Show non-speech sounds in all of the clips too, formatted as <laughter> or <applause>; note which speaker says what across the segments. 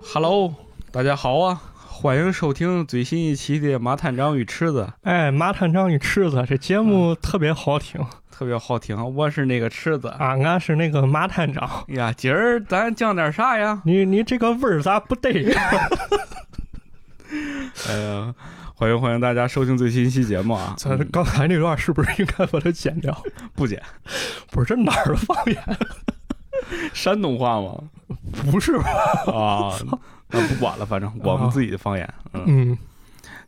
Speaker 1: Hello，大家好啊！欢迎收听最新一期的《马探长与池子》，
Speaker 2: 哎，麻探长与池子这节目特别好听、
Speaker 1: 特别好听。啊我是那个池子。哎
Speaker 2: 啊！俺是那个麻探长，
Speaker 1: 呀，今儿咱讲点啥呀？
Speaker 2: 你你这个味儿咋不对？
Speaker 1: 哎呀，欢迎欢迎大家收听最新一期节目啊！
Speaker 2: 咱刚才那段是不是应该把它剪掉？
Speaker 1: 不剪
Speaker 2: 不是这哪儿的方言？
Speaker 1: 山东话吗？
Speaker 2: 不是吧？
Speaker 1: <laughs> 啊，那不管了，反正我们自己的方言。嗯，
Speaker 2: 嗯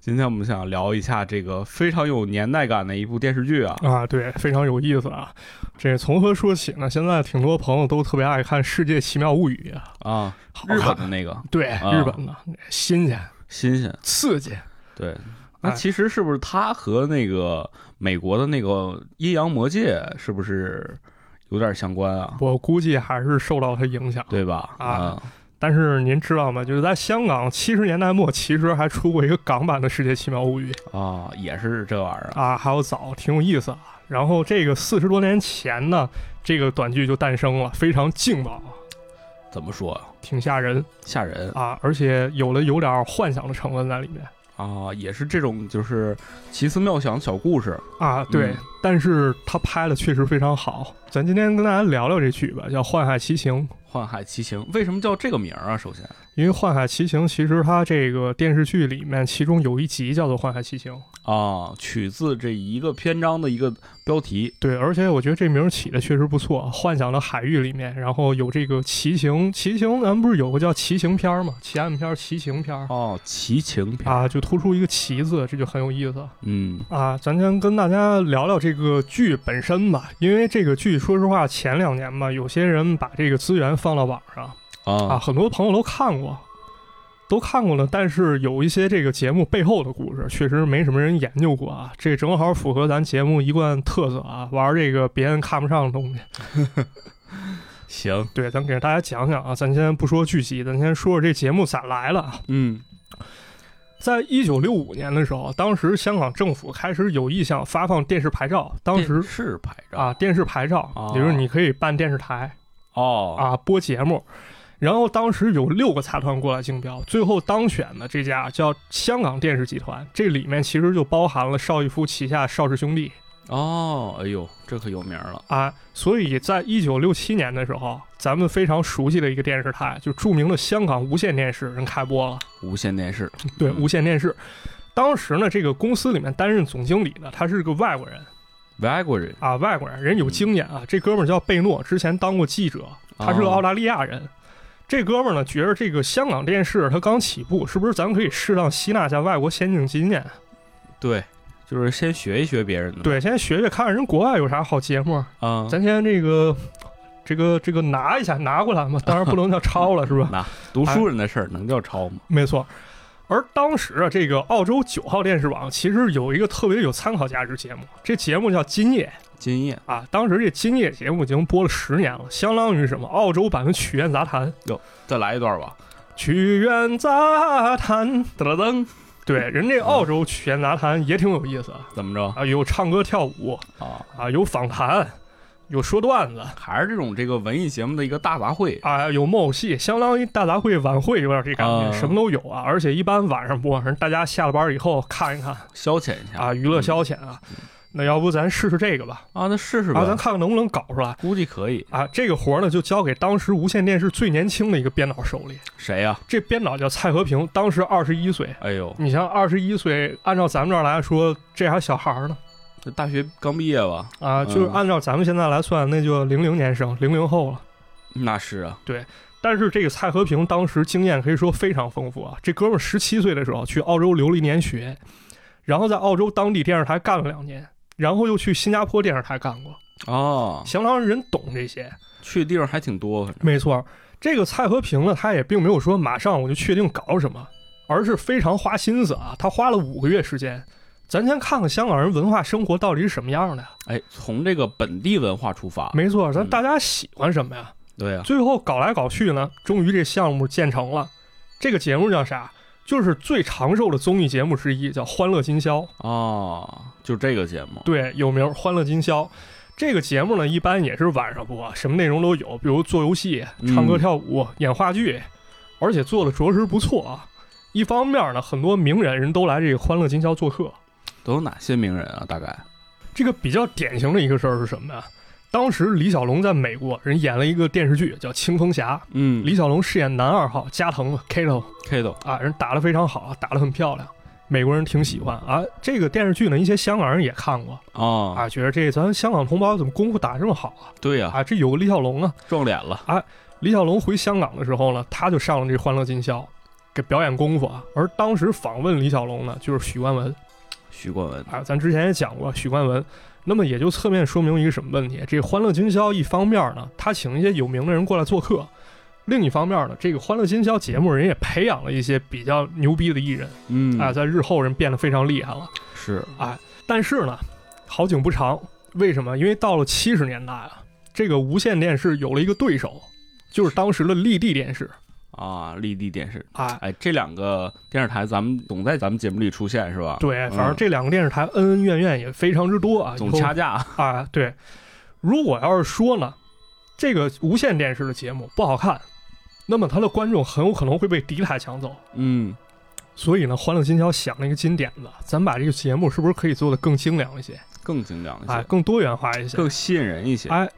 Speaker 1: 今天我们想聊一下这个非常有年代感的一部电视剧啊。
Speaker 2: 啊，对，非常有意思啊。这从何说起呢？现在挺多朋友都特别爱看《世界奇妙物语》啊，
Speaker 1: 啊，
Speaker 2: 好
Speaker 1: 日
Speaker 2: 看
Speaker 1: 本的那个
Speaker 2: 对、
Speaker 1: 啊
Speaker 2: 日本的，新鲜
Speaker 1: 新鲜，
Speaker 2: 刺激。
Speaker 1: 对。那
Speaker 2: 哎
Speaker 1: 其实是不是它和那个美国的那个《阴阳魔界》是不是有点相关啊？
Speaker 2: 我估计还是受到它影响。
Speaker 1: 对吧？
Speaker 2: 啊，但是您知道吗？就是在香港七十年代末，其实还出过一个港版的《世界奇妙物语》。
Speaker 1: 啊，也是这玩意儿啊。
Speaker 2: 啊，还有早，挺有意思啊。然后这个四十多年前呢，这个短剧就诞生了，非常劲爆，啊
Speaker 1: 怎么说啊？
Speaker 2: 挺吓人
Speaker 1: 吓人
Speaker 2: 啊，而且有了有点幻想的成分在里面
Speaker 1: 啊，也是这种就是奇思妙想小故事。
Speaker 2: 啊。对，
Speaker 1: 嗯
Speaker 2: 但是他拍的确实非常好。咱今天跟大家聊聊这剧吧，叫《幻海奇行》。
Speaker 1: 《幻海奇行》为什么叫这个名儿啊？首先
Speaker 2: 因为《幻海奇行》其实它这个电视剧里面，其中有一集叫做《幻海奇行》，
Speaker 1: 啊，取自这一个篇章的一个标题
Speaker 2: 对，而且我觉得这名儿起的确实不错啊，幻想的海域里面，然后有这个骑行，骑行，咱们不是有个叫骑行片儿吗？奇案片儿、骑行片儿
Speaker 1: 哦，奇情篇。
Speaker 2: 啊啊，就突出一个骑字，这就很有意思
Speaker 1: 嗯
Speaker 2: 啊。咱先跟大家聊聊这个剧本身吧，因为这个剧说实话，前两年吧，有些人把这个资源放到网上啊，
Speaker 1: 啊
Speaker 2: 很多朋友都看过。都看过了，但是有一些这个节目背后的故事，确实没什么人研究过啊。这正好符合咱节目一贯特色啊，玩这个别人看不上的东西。
Speaker 1: 行，
Speaker 2: 对，咱给大家讲讲啊，咱先不说剧集，咱先说说这节目咋来了啊。
Speaker 1: 嗯
Speaker 2: 在一九六五年的时候，当时香港政府开始有意向发放电视牌照，当时
Speaker 1: 电视拍照
Speaker 2: 啊，电视牌照
Speaker 1: 哦，
Speaker 2: 也就是你可以办电视台
Speaker 1: 哦
Speaker 2: 啊，播节目。然后当时有六个财团过来竞标，最后当选的这家叫香港电视集团，这里面其实就包含了邵逸夫旗下邵氏兄弟
Speaker 1: 哦，哎呦，这可有名儿了
Speaker 2: 啊。所以在一九六七年的时候，咱们非常熟悉的一个电视台，就著名的香港无线电视人开播了。
Speaker 1: 无线电视
Speaker 2: 对，
Speaker 1: 嗯
Speaker 2: 无线电视。当时呢，这个公司里面担任总经理的他是个外国人
Speaker 1: 外国人
Speaker 2: 啊，外国人人有经验啊。这哥们儿叫贝诺，之前当过记者，他是个
Speaker 1: 哦
Speaker 2: 澳大利亚人。这哥们儿呢，觉着这个香港电视他刚起步，是不是咱可以适当吸纳一下外国先进经验？
Speaker 1: 对，就是先学一学别人的
Speaker 2: 对，先学学看人国外有啥好节目，
Speaker 1: 啊，
Speaker 2: 咱先这个这个这个拿一下拿过来嘛。当然不能叫抄了，是吧？
Speaker 1: 那读书人的事儿能叫抄吗？
Speaker 2: 没错。而当时啊，这个澳洲九号电视网其实有一个特别有参考价值节目，这节目叫《今夜
Speaker 1: 今夜》
Speaker 2: 啊。当时这《今夜》节目已经播了十年了，相当于什么澳洲版的《曲苑杂谈》。
Speaker 1: 再来一段吧。
Speaker 2: 曲苑杂谈，
Speaker 1: 噔噔噔，
Speaker 2: 对，人这澳洲曲苑杂谈也挺有意思啊
Speaker 1: 怎么着
Speaker 2: 啊，有唱歌跳舞
Speaker 1: 啊？
Speaker 2: 啊，有访谈，有说段子
Speaker 1: 还是这种这个文艺节目的一个大杂烩
Speaker 2: 啊，有木偶戏，相当于大杂烩晚会有点这感觉，
Speaker 1: 啊
Speaker 2: 什么都有啊。而且一般晚上播，人大家下了班以后看一看。
Speaker 1: 消遣一下
Speaker 2: 啊，娱乐消遣啊。那要不咱试试这个吧？
Speaker 1: 啊，那试试
Speaker 2: 啊，咱
Speaker 1: 吧，
Speaker 2: 看看能不能搞出来
Speaker 1: 估计可以。
Speaker 2: 啊。这个活儿呢，就交给当时无线电视最年轻的一个编导手里。
Speaker 1: 谁呀？
Speaker 2: 这编导叫蔡和平，当时二十一岁。
Speaker 1: 哎呦，
Speaker 2: 你像二十一岁，按照咱们这儿来说，这还小孩儿呢
Speaker 1: 这大学刚毕业吧？
Speaker 2: 啊，就是
Speaker 1: 嗯
Speaker 2: 按照咱们现在来算，那就零零年生，零零后了。
Speaker 1: 那是啊，
Speaker 2: 但是这个蔡和平当时经验可以说非常丰富啊。这哥们儿十七岁的时候去澳洲留了一年学，然后在澳洲当地电视台干了两年，然后又去新加坡电视台干过，
Speaker 1: 哦，
Speaker 2: 相当于人懂这些。
Speaker 1: 去的地方还挺多，反正
Speaker 2: 没错，这个蔡和平呢，他也并没有说马上我就确定搞什么，而是非常花心思啊，他花了五个月时间。咱先看看香港人文化生活到底是什么样的呀？
Speaker 1: 哎，从这个本地文化出发，
Speaker 2: 没错，咱
Speaker 1: 嗯
Speaker 2: 大家喜欢什么呀？
Speaker 1: 对呀，
Speaker 2: 最后搞来搞去呢，终于这项目建成了。这个节目叫啥？就是最长寿的综艺节目之一，叫《欢乐今宵》。
Speaker 1: 哦，就这个节目
Speaker 2: 对，有名《欢乐今宵》。这个节目呢，一般也是晚上播，什么内容都有，比如做游戏、唱歌
Speaker 1: 嗯
Speaker 2: 跳舞、演话剧而且做的着实不错啊。一方面呢，很多名人人都来这个欢乐今宵做客。
Speaker 1: 都有哪些名人啊？大概
Speaker 2: 这个比较典型的一个事儿是什么呀？当时李小龙在美国人演了一个电视剧叫《清风侠》，
Speaker 1: 嗯
Speaker 2: 李小龙饰演男二号加藤啊 Kato
Speaker 1: K 斗
Speaker 2: 啊，人打得非常好，打得很漂亮，美国人挺喜欢啊。这个电视剧呢，一些香港人也看过
Speaker 1: 哦，
Speaker 2: 啊，觉得这咱香港同胞怎么功夫打得这么好啊？
Speaker 1: 对呀、
Speaker 2: 啊，这有个李小龙啊，
Speaker 1: 撞脸了，
Speaker 2: 李小龙回香港的时候呢，他就上了这《欢乐今宵》，给表演功夫啊。而当时访问李小龙呢，就是许冠文
Speaker 1: 许冠文
Speaker 2: 啊，咱之前也讲过许冠文。那么也就侧面说明一个什么问题？这《欢乐今宵》一方面呢，他请一些有名的人过来做客；另一方面呢，这个《欢乐今宵》节目人也培养了一些比较牛逼的艺人
Speaker 1: 嗯
Speaker 2: 啊，在日后人变得非常厉害了。
Speaker 1: 是
Speaker 2: 但是呢，好景不长，为什么？因为到了七十年代啊，这个无线电视有了一个对手，就是当时的立地电视
Speaker 1: 啊，立地电视。
Speaker 2: 啊。
Speaker 1: 哎，这两个电视台咱们总在咱们节目里出现是吧？
Speaker 2: 对，反正
Speaker 1: 嗯
Speaker 2: 这两个电视台恩恩怨怨也非常之多啊，
Speaker 1: 总
Speaker 2: 以后
Speaker 1: 掐架，
Speaker 2: 啊。对，如果要是说呢，这个无线电视的节目不好看，那么它的观众很有可能会被敌台抢走。
Speaker 1: 嗯，
Speaker 2: 所以呢，《欢乐今宵》想了一个金点子，咱把这个节目是不是可以做得更精良一些，
Speaker 1: 更精良一
Speaker 2: 啊，
Speaker 1: 些，
Speaker 2: 更多元化一些？
Speaker 1: 更吸引人一些。
Speaker 2: 哎，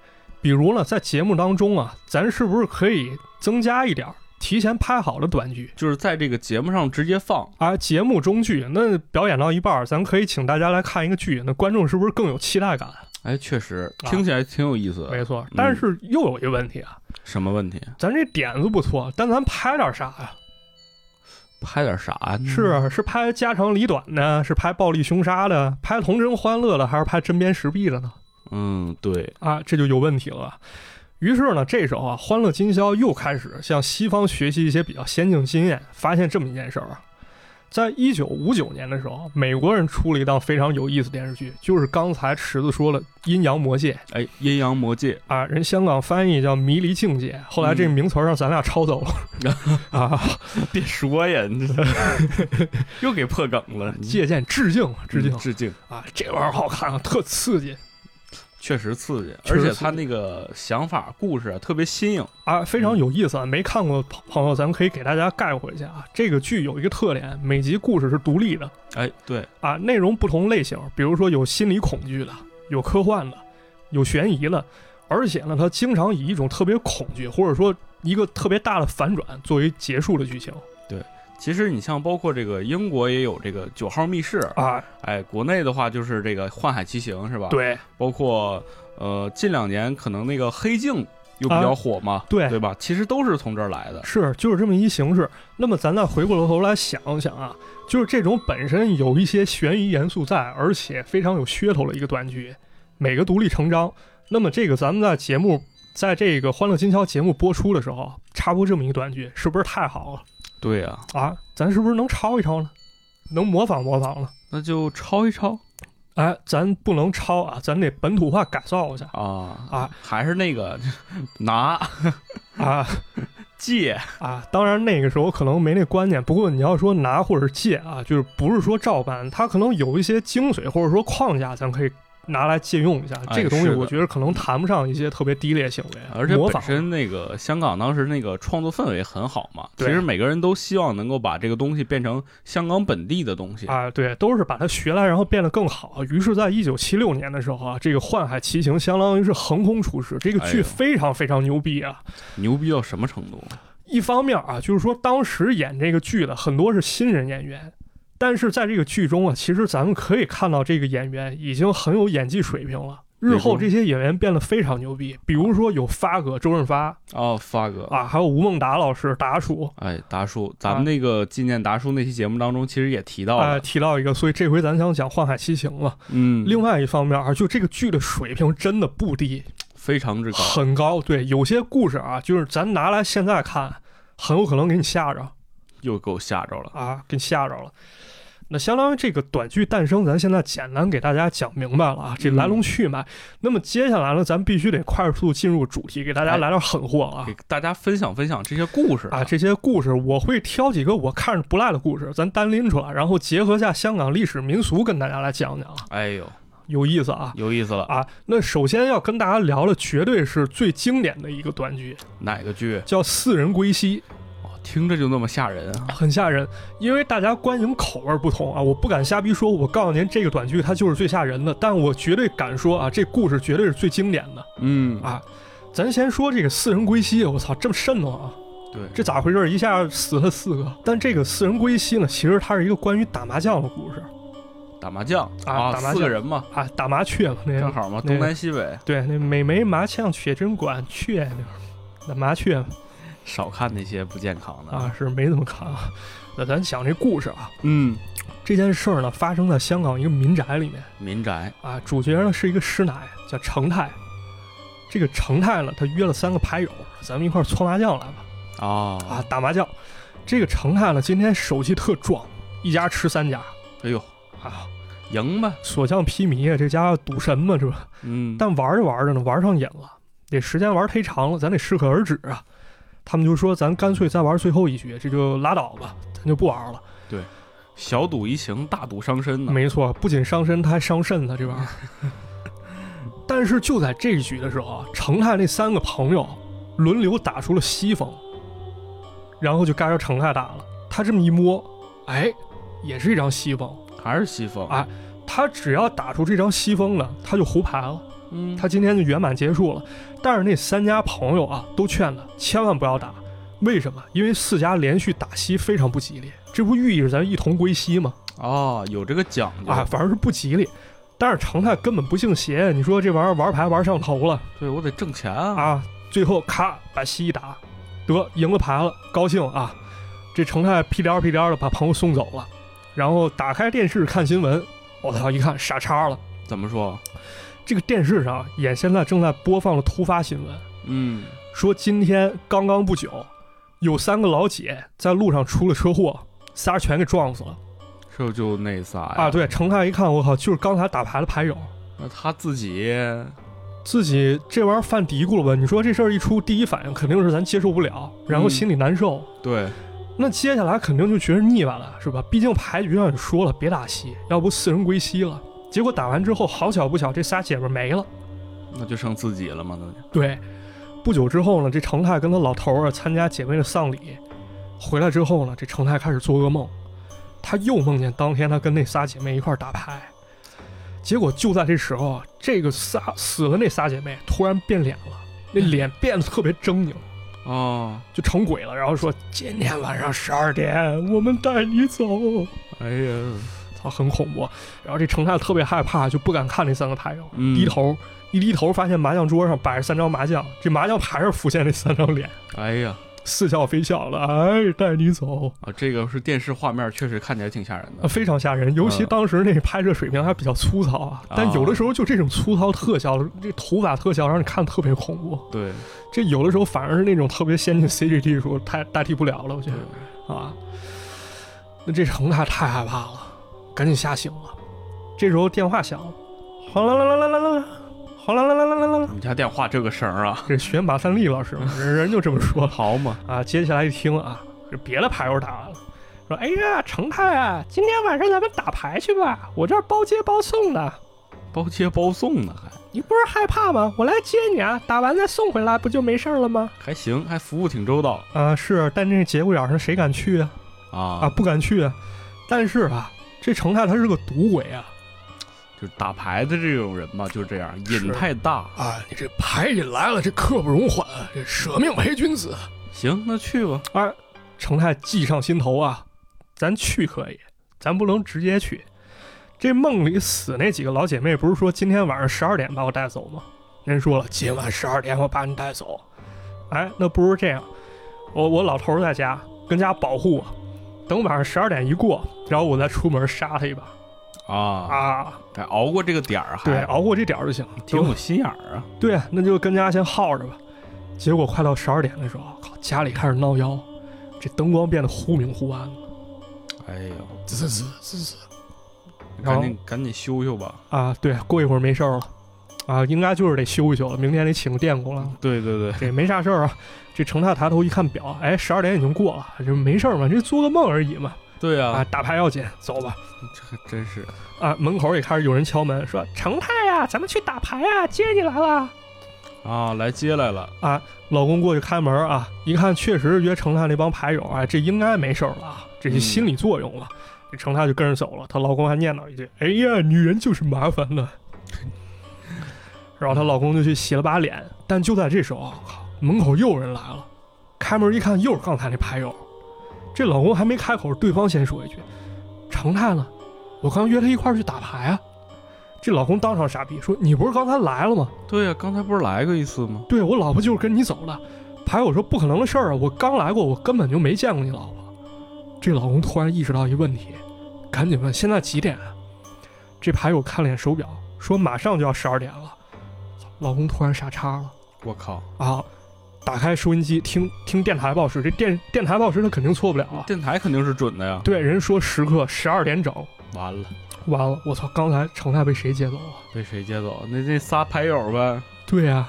Speaker 2: 比如呢，在节目当中啊，咱是不是可以增加一点儿提前拍好的短剧？
Speaker 1: 就是在这个节目上直接放，
Speaker 2: 啊，节目中剧，那表演到一半儿，咱可以请大家来看一个剧，那观众是不是更有期待感？
Speaker 1: 哎，确实
Speaker 2: 啊
Speaker 1: 听起来挺有意思的。
Speaker 2: 没错，但是又有一个问题啊，
Speaker 1: 什么问题？
Speaker 2: 咱这点子不错，但咱拍点啥呀、
Speaker 1: 拍点啥呢？
Speaker 2: 是啊是拍家长里短的，是拍暴力凶杀的，拍童真欢乐的，还是拍针砭时弊的呢？
Speaker 1: 嗯，对，
Speaker 2: 啊，这就有问题了。于是呢，这时候啊，《欢乐今宵》又开始向西方学习一些比较先进经验，发现这么一件事儿啊，在一九五九年的时候，美国人出了一档非常有意思的电视剧，就是刚才池子说了《阴阳魔界》
Speaker 1: 哎，阴阳魔
Speaker 2: <laughs>
Speaker 1: 界，
Speaker 2: 啊，人香港翻译叫《迷离境界》，后来这个名词儿让咱俩抄走了、啊，
Speaker 1: 别说呀，你这 <laughs> 又给破梗了，
Speaker 2: 借鉴致敬致敬、
Speaker 1: 嗯致敬，
Speaker 2: 啊，这玩意儿好看啊，特刺激
Speaker 1: 确实刺激，
Speaker 2: 确实
Speaker 1: 而且
Speaker 2: 刺激
Speaker 1: 他那个想法、故事啊，特别新颖。
Speaker 2: 啊，非常有意思啊！没看过的朋友，咱们可以给大家概括一下啊。这个剧有一个特点，每集故事是独立的
Speaker 1: 哎，对，
Speaker 2: 啊，内容不同类型，比如说有心理恐惧的，有科幻的，有悬疑的，而且呢，它经常以一种特别恐惧或者说一个特别大的反转作为结束的剧情
Speaker 1: 其实你像包括这个英国也有这个九号密室，
Speaker 2: 啊。
Speaker 1: 哎，国内的话就是这个《幻海奇行》是吧？，
Speaker 2: 对
Speaker 1: 包括呃近两年可能那个《黑镜》又比较火嘛，
Speaker 2: 啊对
Speaker 1: 对吧？其实都是从这儿来的。
Speaker 2: 是，就是这么一形式。那么咱再回过头来想一想啊，就是这种本身有一些悬疑元素在，而且非常有噱头的一个短剧，每个独立成章。那么这个咱们在节目，在这个《欢乐今宵》节目播出的时候，插播这么一个短剧，是不是太好了
Speaker 1: 对啊，
Speaker 2: 啊？咱是不是能抄一抄呢？能模仿模仿了？
Speaker 1: 那就抄一抄
Speaker 2: 哎，咱不能抄啊，咱得本土化改造一下
Speaker 1: 啊
Speaker 2: 啊，
Speaker 1: 还是那个 <laughs> 拿
Speaker 2: 啊。
Speaker 1: 借，
Speaker 2: 啊，当然那个时候可能没那观念，不过你要说拿或者借啊，就是不是说照搬，它可能有一些精髓或者说框架，咱可以拿来借用一下。
Speaker 1: 哎
Speaker 2: 这个东西
Speaker 1: 是的
Speaker 2: 我觉得可能谈不上一些特别低劣行为，
Speaker 1: 而且
Speaker 2: 模
Speaker 1: 本
Speaker 2: 仿
Speaker 1: 身那个香港当时那个创作氛围很好嘛，其
Speaker 2: 对
Speaker 1: 实每个人都希望能够把这个东西变成香港本地的东西。
Speaker 2: 啊，对，都是把它学来，然后变得更好。啊于是，在一九七六年的时候啊，这个《幻海奇行》相当于是横空出世，这个
Speaker 1: 哎
Speaker 2: 剧
Speaker 1: 呦
Speaker 2: 非常非常牛逼啊。
Speaker 1: 牛逼到什么程度？
Speaker 2: 一方面啊，就是说当时演这个剧的很多是新人演员，但是在这个剧中啊，其实咱们可以看到这个演员已经很有演技水平了。日后这些演员变得非常牛逼，比如说有发哥周润发
Speaker 1: 哦，发哥，
Speaker 2: 啊，还有吴孟达老师达叔
Speaker 1: 哎，达叔，咱们那个纪念达叔那期节目当中，其实也提到
Speaker 2: 啊、
Speaker 1: 了，
Speaker 2: 提到一个，所以这回咱想讲《幻海奇行》了。
Speaker 1: 嗯，
Speaker 2: 另外一方面啊，就这个剧的水平真的不低，
Speaker 1: 非常之高，
Speaker 2: 很高。对，有些故事啊，就是咱拿来现在看，很有可能给你吓着。
Speaker 1: 又给我吓着了。
Speaker 2: 啊，给吓着了。那相当于这个短剧诞生，咱现在简单给大家讲明白了啊，这来龙去脉。那么接下来呢，咱必须得快速进入主题，给大家来点狠货啊
Speaker 1: 给！大家分享分享这些故事
Speaker 2: 啊，这些故事我会挑几个我看着不赖的故事，咱单拎出来，然后结合下香港历史民俗跟大家来讲讲啊，
Speaker 1: 哎呦，
Speaker 2: 有意思啊
Speaker 1: 有意思了！
Speaker 2: 啊！那首先要跟大家聊的绝对是最经典的一个短剧，
Speaker 1: 哪个剧？
Speaker 2: 叫《四人归西
Speaker 1: 哦，听着就那么吓人啊！
Speaker 2: 很吓人，因为大家观影口味不同啊，我不敢瞎逼说，我告诉您这个短剧它就是最吓人的，但我绝对敢说啊，这故事绝对是最经典的
Speaker 1: 嗯
Speaker 2: 啊。咱先说这个四人归西，我操，这么瘆得慌啊！
Speaker 1: 对，
Speaker 2: 这咋回事？一下死了四个。但这个四人归西呢，其实它是一个关于打麻将的故事
Speaker 1: 打麻将
Speaker 2: 啊打麻将
Speaker 1: 四个人嘛，
Speaker 2: 啊，打麻雀嘛，那
Speaker 1: 正
Speaker 2: 个
Speaker 1: 好嘛，
Speaker 2: 那个
Speaker 1: 东南西北，
Speaker 2: 对，那美眉麻将雪真馆雀那会儿那麻雀嘛
Speaker 1: 少看那些不健康的。
Speaker 2: 啊，是没怎么看啊。那咱讲这故事啊，
Speaker 1: 嗯，
Speaker 2: 这件事儿呢发生在香港一个民宅里面。
Speaker 1: 民宅，
Speaker 2: 啊，主角呢是一个师奶，叫程太。这个程太呢，他约了三个牌友，咱们一块儿搓麻将来吧，
Speaker 1: 哦
Speaker 2: 啊，，打麻将。这个程太呢，今天手气特壮，一家吃三家
Speaker 1: 哎呦，
Speaker 2: 啊，
Speaker 1: 赢吧，
Speaker 2: 所向披靡啊，这家伙赌神嘛，是吧？
Speaker 1: 嗯，
Speaker 2: 但玩着玩着呢，玩上瘾了，这时间玩忒长了，咱得适可而止啊。他们就说，咱干脆再玩最后一局，这就拉倒吧，咱就不玩了。
Speaker 1: 小赌怡情，大赌伤身呢。
Speaker 2: 没错，不仅伤身，他还伤肾呢，这玩意儿。但是就在这一局的时候啊，程泰那三个朋友轮流打出了西风，然后就该着程泰打了。他这么一摸，哎，也是一张西风。
Speaker 1: 还是西风
Speaker 2: 啊他只要打出这张西风了，他就胡牌了，
Speaker 1: 嗯，
Speaker 2: 他今天就圆满结束了。但是那三家朋友啊，都劝他千万不要打。为什么？因为四家连续打西非常不吉利，这不寓意着咱一同归西吗？
Speaker 1: 哦，有这个讲究
Speaker 2: 啊，反正是不吉利。但是成泰根本不信邪，你说这玩意儿玩牌玩上头了
Speaker 1: 对我得挣钱啊，
Speaker 2: 啊，最后咔把西一打，得赢了牌了，高兴啊！这成泰屁颠儿屁颠儿的把朋友送走了，然后打开电视看新闻，我操，一看傻叉了，
Speaker 1: 怎么说？
Speaker 2: 这个电视上也现在正在播放了突发新闻，
Speaker 1: 嗯，
Speaker 2: 说今天刚刚不久，有三个老姐在路上出了车祸，仨全给撞死了
Speaker 1: 这就那仨哎呀
Speaker 2: 啊！，对，成泰一看，我靠，就是刚才打牌的牌友。
Speaker 1: 那他自己
Speaker 2: 自己这玩意儿犯嘀咕了吧？你说这事儿一出，第一反应肯定是咱接受不了，然后心里难受。
Speaker 1: 对，
Speaker 2: 那接下来肯定就觉得腻歪了，是吧？毕竟牌局上也说了，别打西，要不四人归西了。结果打完之后，好巧不巧，这仨姐们儿没了。
Speaker 1: 那就剩自己了嘛，那就
Speaker 2: 对，不久之后呢，这程泰跟他老头儿啊参加姐妹的丧礼，回来之后呢，这程泰开始做噩梦，他又梦见当天他跟那仨姐妹一块儿打牌，结果就在这时候啊，这个仨死了那仨姐妹突然变脸了，那脸变得特别狰狞，
Speaker 1: 哦，
Speaker 2: 就成鬼了，然后说今天晚上十二点我们带你走，
Speaker 1: 哎呀，
Speaker 2: 操，很恐怖。然后这程泰特别害怕，就不敢看那三个牌友，
Speaker 1: 嗯
Speaker 2: 低头。一低头，发现麻将桌上摆着三张麻将，这麻将牌上浮现那三张脸， <laughs>
Speaker 1: 哎呀，
Speaker 2: 似笑非笑了，哎，带你走，
Speaker 1: 啊，这个是电视画面，确实看起来挺吓人
Speaker 2: 啊
Speaker 1: 的。
Speaker 2: 非常吓人。尤其当时那个拍摄水平还比较粗糙啊，但有的时候就这种粗糙特效，这土法特效让你看特别恐怖。
Speaker 1: 对，
Speaker 2: 这有的时候反而是那种特别先进 CG 技术代代替不了了，我觉
Speaker 1: 对，
Speaker 2: 得啊。那这恒大太害怕了，赶紧吓醒了。这时候电话响了，哗啦啦啦啦啦啦啦，哗啦啦啦啦啦啦啦。
Speaker 1: 你们家电话这个声儿啊，
Speaker 2: 这学马三立老师嘛，人人就这么说了。
Speaker 1: 好嘛，
Speaker 2: 啊，接下来一听啊，这别的牌友打完了，说：“哎呀，程泰啊，今天晚上咱们打牌去吧，我这儿包接包送呢。
Speaker 1: 包接包送呢，还
Speaker 2: 你不是害怕吗？我来接你啊，打完再送回来，不就没事儿了吗
Speaker 1: 还行，还服务挺周到？”
Speaker 2: 啊，是，但这节骨眼上谁敢去啊？啊，
Speaker 1: 啊，
Speaker 2: 不敢去啊。但是啊，这程泰他是个赌鬼啊。
Speaker 1: 就是打牌的这种人嘛，就是这样，瘾
Speaker 2: 是
Speaker 1: 太大。
Speaker 2: 啊，你这牌瘾来了，这刻不容缓，这舍命陪君子。
Speaker 1: 行，那去吧。
Speaker 2: 啊，程泰计上心头啊，咱去可以，咱不能直接去。这梦里死那几个老姐妹不是说今天晚上十二点把我带走吗？人说了，今晚十二点我把你带走。哎，那不如这样，我我老头儿在家跟家保护我，等晚上十二点一过，然后我再出门杀他一把
Speaker 1: 啊，
Speaker 2: 啊！
Speaker 1: 得熬过这个点儿，啊
Speaker 2: 对，
Speaker 1: 还
Speaker 2: 熬过这点儿就行。
Speaker 1: 挺有心眼儿啊。
Speaker 2: 对，那就跟家先耗着吧。结果快到十二点的时候，靠，家里开始闹妖，这灯光变得忽明忽暗了。
Speaker 1: 哎呦，
Speaker 2: 滋滋滋滋然
Speaker 1: 赶
Speaker 2: 后
Speaker 1: 紧赶紧修修吧。
Speaker 2: 啊，对，过一会儿没事儿了，啊，应该就是得休息休了，明天得请个电工了。
Speaker 1: 对对对，
Speaker 2: 这没啥事儿啊。这程泰抬头一看表，哎，十二点已经过了，这没事儿嘛，这做个梦而已嘛。
Speaker 1: 对
Speaker 2: 啊，
Speaker 1: 啊，
Speaker 2: 打牌要紧，走吧。
Speaker 1: 这还真是
Speaker 2: 啊，门口也开始有人敲门，说：“程泰啊，咱们去打牌啊，接你来了。
Speaker 1: 啊，来接来了，
Speaker 2: 老公过去开门啊，一看确实是约成泰那帮牌友，哎，这应该没事儿了啊，这是心理作用了。这成泰就跟着走了，她老公还念叨一句：“哎呀，女人就是麻烦了。” <laughs> 然后她老公就去洗了把脸，但就在这时候，啊靠门口又有人来了，开门一看又是刚才那牌友。这老公还没开口，对方先说一句：“成泰呢？我刚约他一块儿去打牌啊。”这老公当场傻逼，说：“你不是刚才来了吗？”
Speaker 1: 对呀、刚才不是来过一次吗？
Speaker 2: 对我老婆就是跟你走的。牌友说不可能的事儿啊，我刚来过，我根本就没见过你老婆。这老公突然意识到一问题，赶紧问现在几点啊？这牌友看了眼手表，说马上就要十二点了。老公突然傻叉了
Speaker 1: 我靠，
Speaker 2: 啊！打开收音机听听电台报时，这电电台报时他肯定错不了啊。
Speaker 1: 电台肯定是准的呀。
Speaker 2: 对，人说时刻十二点整，
Speaker 1: 完了，
Speaker 2: 完了，我操！刚才成泰被谁接走了？
Speaker 1: 被谁接走？那那仨牌友呗。
Speaker 2: 对呀、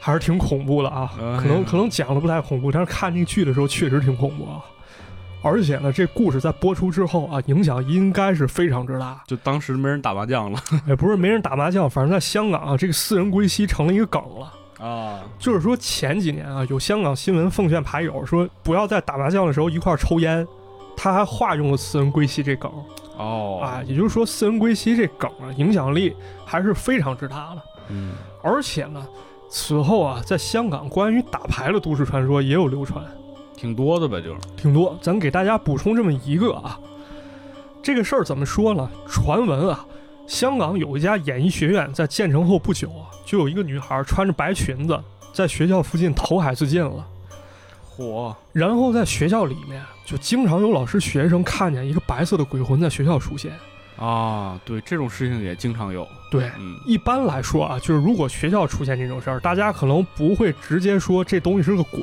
Speaker 2: 还是挺恐怖的啊。
Speaker 1: 哎呀。
Speaker 2: 可能可能讲的不太恐怖，但是看这个剧的时候确实挺恐怖啊。而且呢，这故事在播出之后啊，影响应该是非常之大
Speaker 1: <laughs> 就当时没人打麻将了
Speaker 2: 也不是没人打麻将，反正在香港啊，这个四人归西成了一个梗了。
Speaker 1: 啊。
Speaker 2: 就是说前几年啊，有香港新闻奉劝牌友说，不要在打麻将的时候一块儿抽烟。他还化用了“四人归西”这梗
Speaker 1: 哦
Speaker 2: 啊，也就是说，“四人归西”这梗啊，影响力还是非常之大的。
Speaker 1: 嗯，
Speaker 2: 而且呢，此后啊，在香港关于打牌的都市传说也有流传，
Speaker 1: 挺多的呗，就是。
Speaker 2: 挺多。咱给大家补充这么一个啊，这个事儿怎么说呢？传闻啊，香港有一家演艺学院在建成后不久啊，就有一个女孩穿着白裙子在学校附近投海自尽了。
Speaker 1: 嚯，
Speaker 2: 然后在学校里面，就经常有老师、学生看见一个白色的鬼魂在学校出现。
Speaker 1: 啊，对，这种事情也经常有。
Speaker 2: 对，
Speaker 1: 嗯，
Speaker 2: 一般来说啊，就是如果学校出现这种事儿，大家可能不会直接说这东西是个鬼，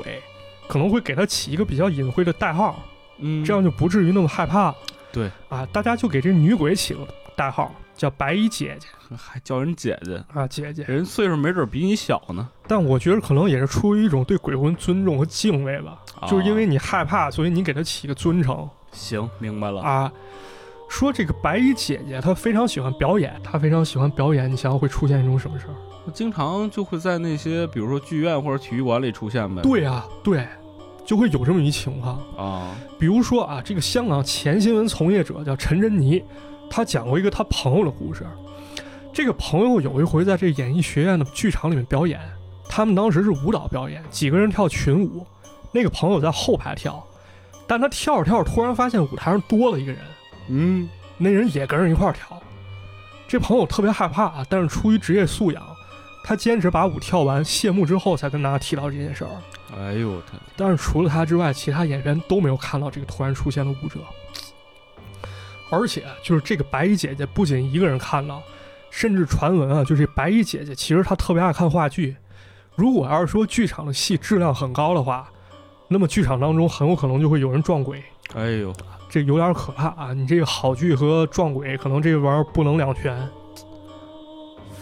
Speaker 2: 可能会给它起一个比较隐晦的代号，
Speaker 1: 嗯，
Speaker 2: 这样就不至于那么害怕了。
Speaker 1: 对
Speaker 2: 啊，大家就给这女鬼起个代号，叫白衣姐姐
Speaker 1: 还叫人姐姐，
Speaker 2: 啊，姐姐。
Speaker 1: 人岁数没准比你小呢。
Speaker 2: 但我觉得可能也是出于一种对鬼魂尊重和敬畏吧，
Speaker 1: 哦
Speaker 2: 就是因为你害怕，所以你给她起个尊称
Speaker 1: 啊行，明白了。
Speaker 2: 啊。说这个白衣姐姐她非常喜欢表演，她非常喜欢表演，你想想会出现一种什么事儿？
Speaker 1: 经常就会在那些比如说剧院或者体育馆里出现呗。
Speaker 2: 对啊，对，就会有这么一情况。
Speaker 1: 啊，
Speaker 2: 比如说啊，这个香港前新闻从业者叫陈珍妮，她讲过一个她朋友的故事。这个朋友有一回在这演艺学院的剧场里面表演，他们当时是舞蹈表演，几个人跳群舞，那个朋友在后排跳，但他跳着跳着突然发现舞台上多了一个人，
Speaker 1: 嗯，
Speaker 2: 那人也跟着一块儿跳。这朋友特别害怕啊，但是出于职业素养，他坚持把舞跳完，谢幕之后才跟大家提到这件事儿。
Speaker 1: 哎呦我天，
Speaker 2: 但是除了他之外，其他演员都没有看到这个突然出现的舞者。而且就是这个白衣姐姐不仅一个人看到，甚至传闻啊，就是白衣姐姐其实她特别爱看话剧。如果要是说剧场的戏质量很高的话，那么剧场当中很有可能就会有人撞鬼，
Speaker 1: 哎呦，
Speaker 2: 这有点可怕啊！你这个好剧和撞鬼可能这玩意儿不能两全。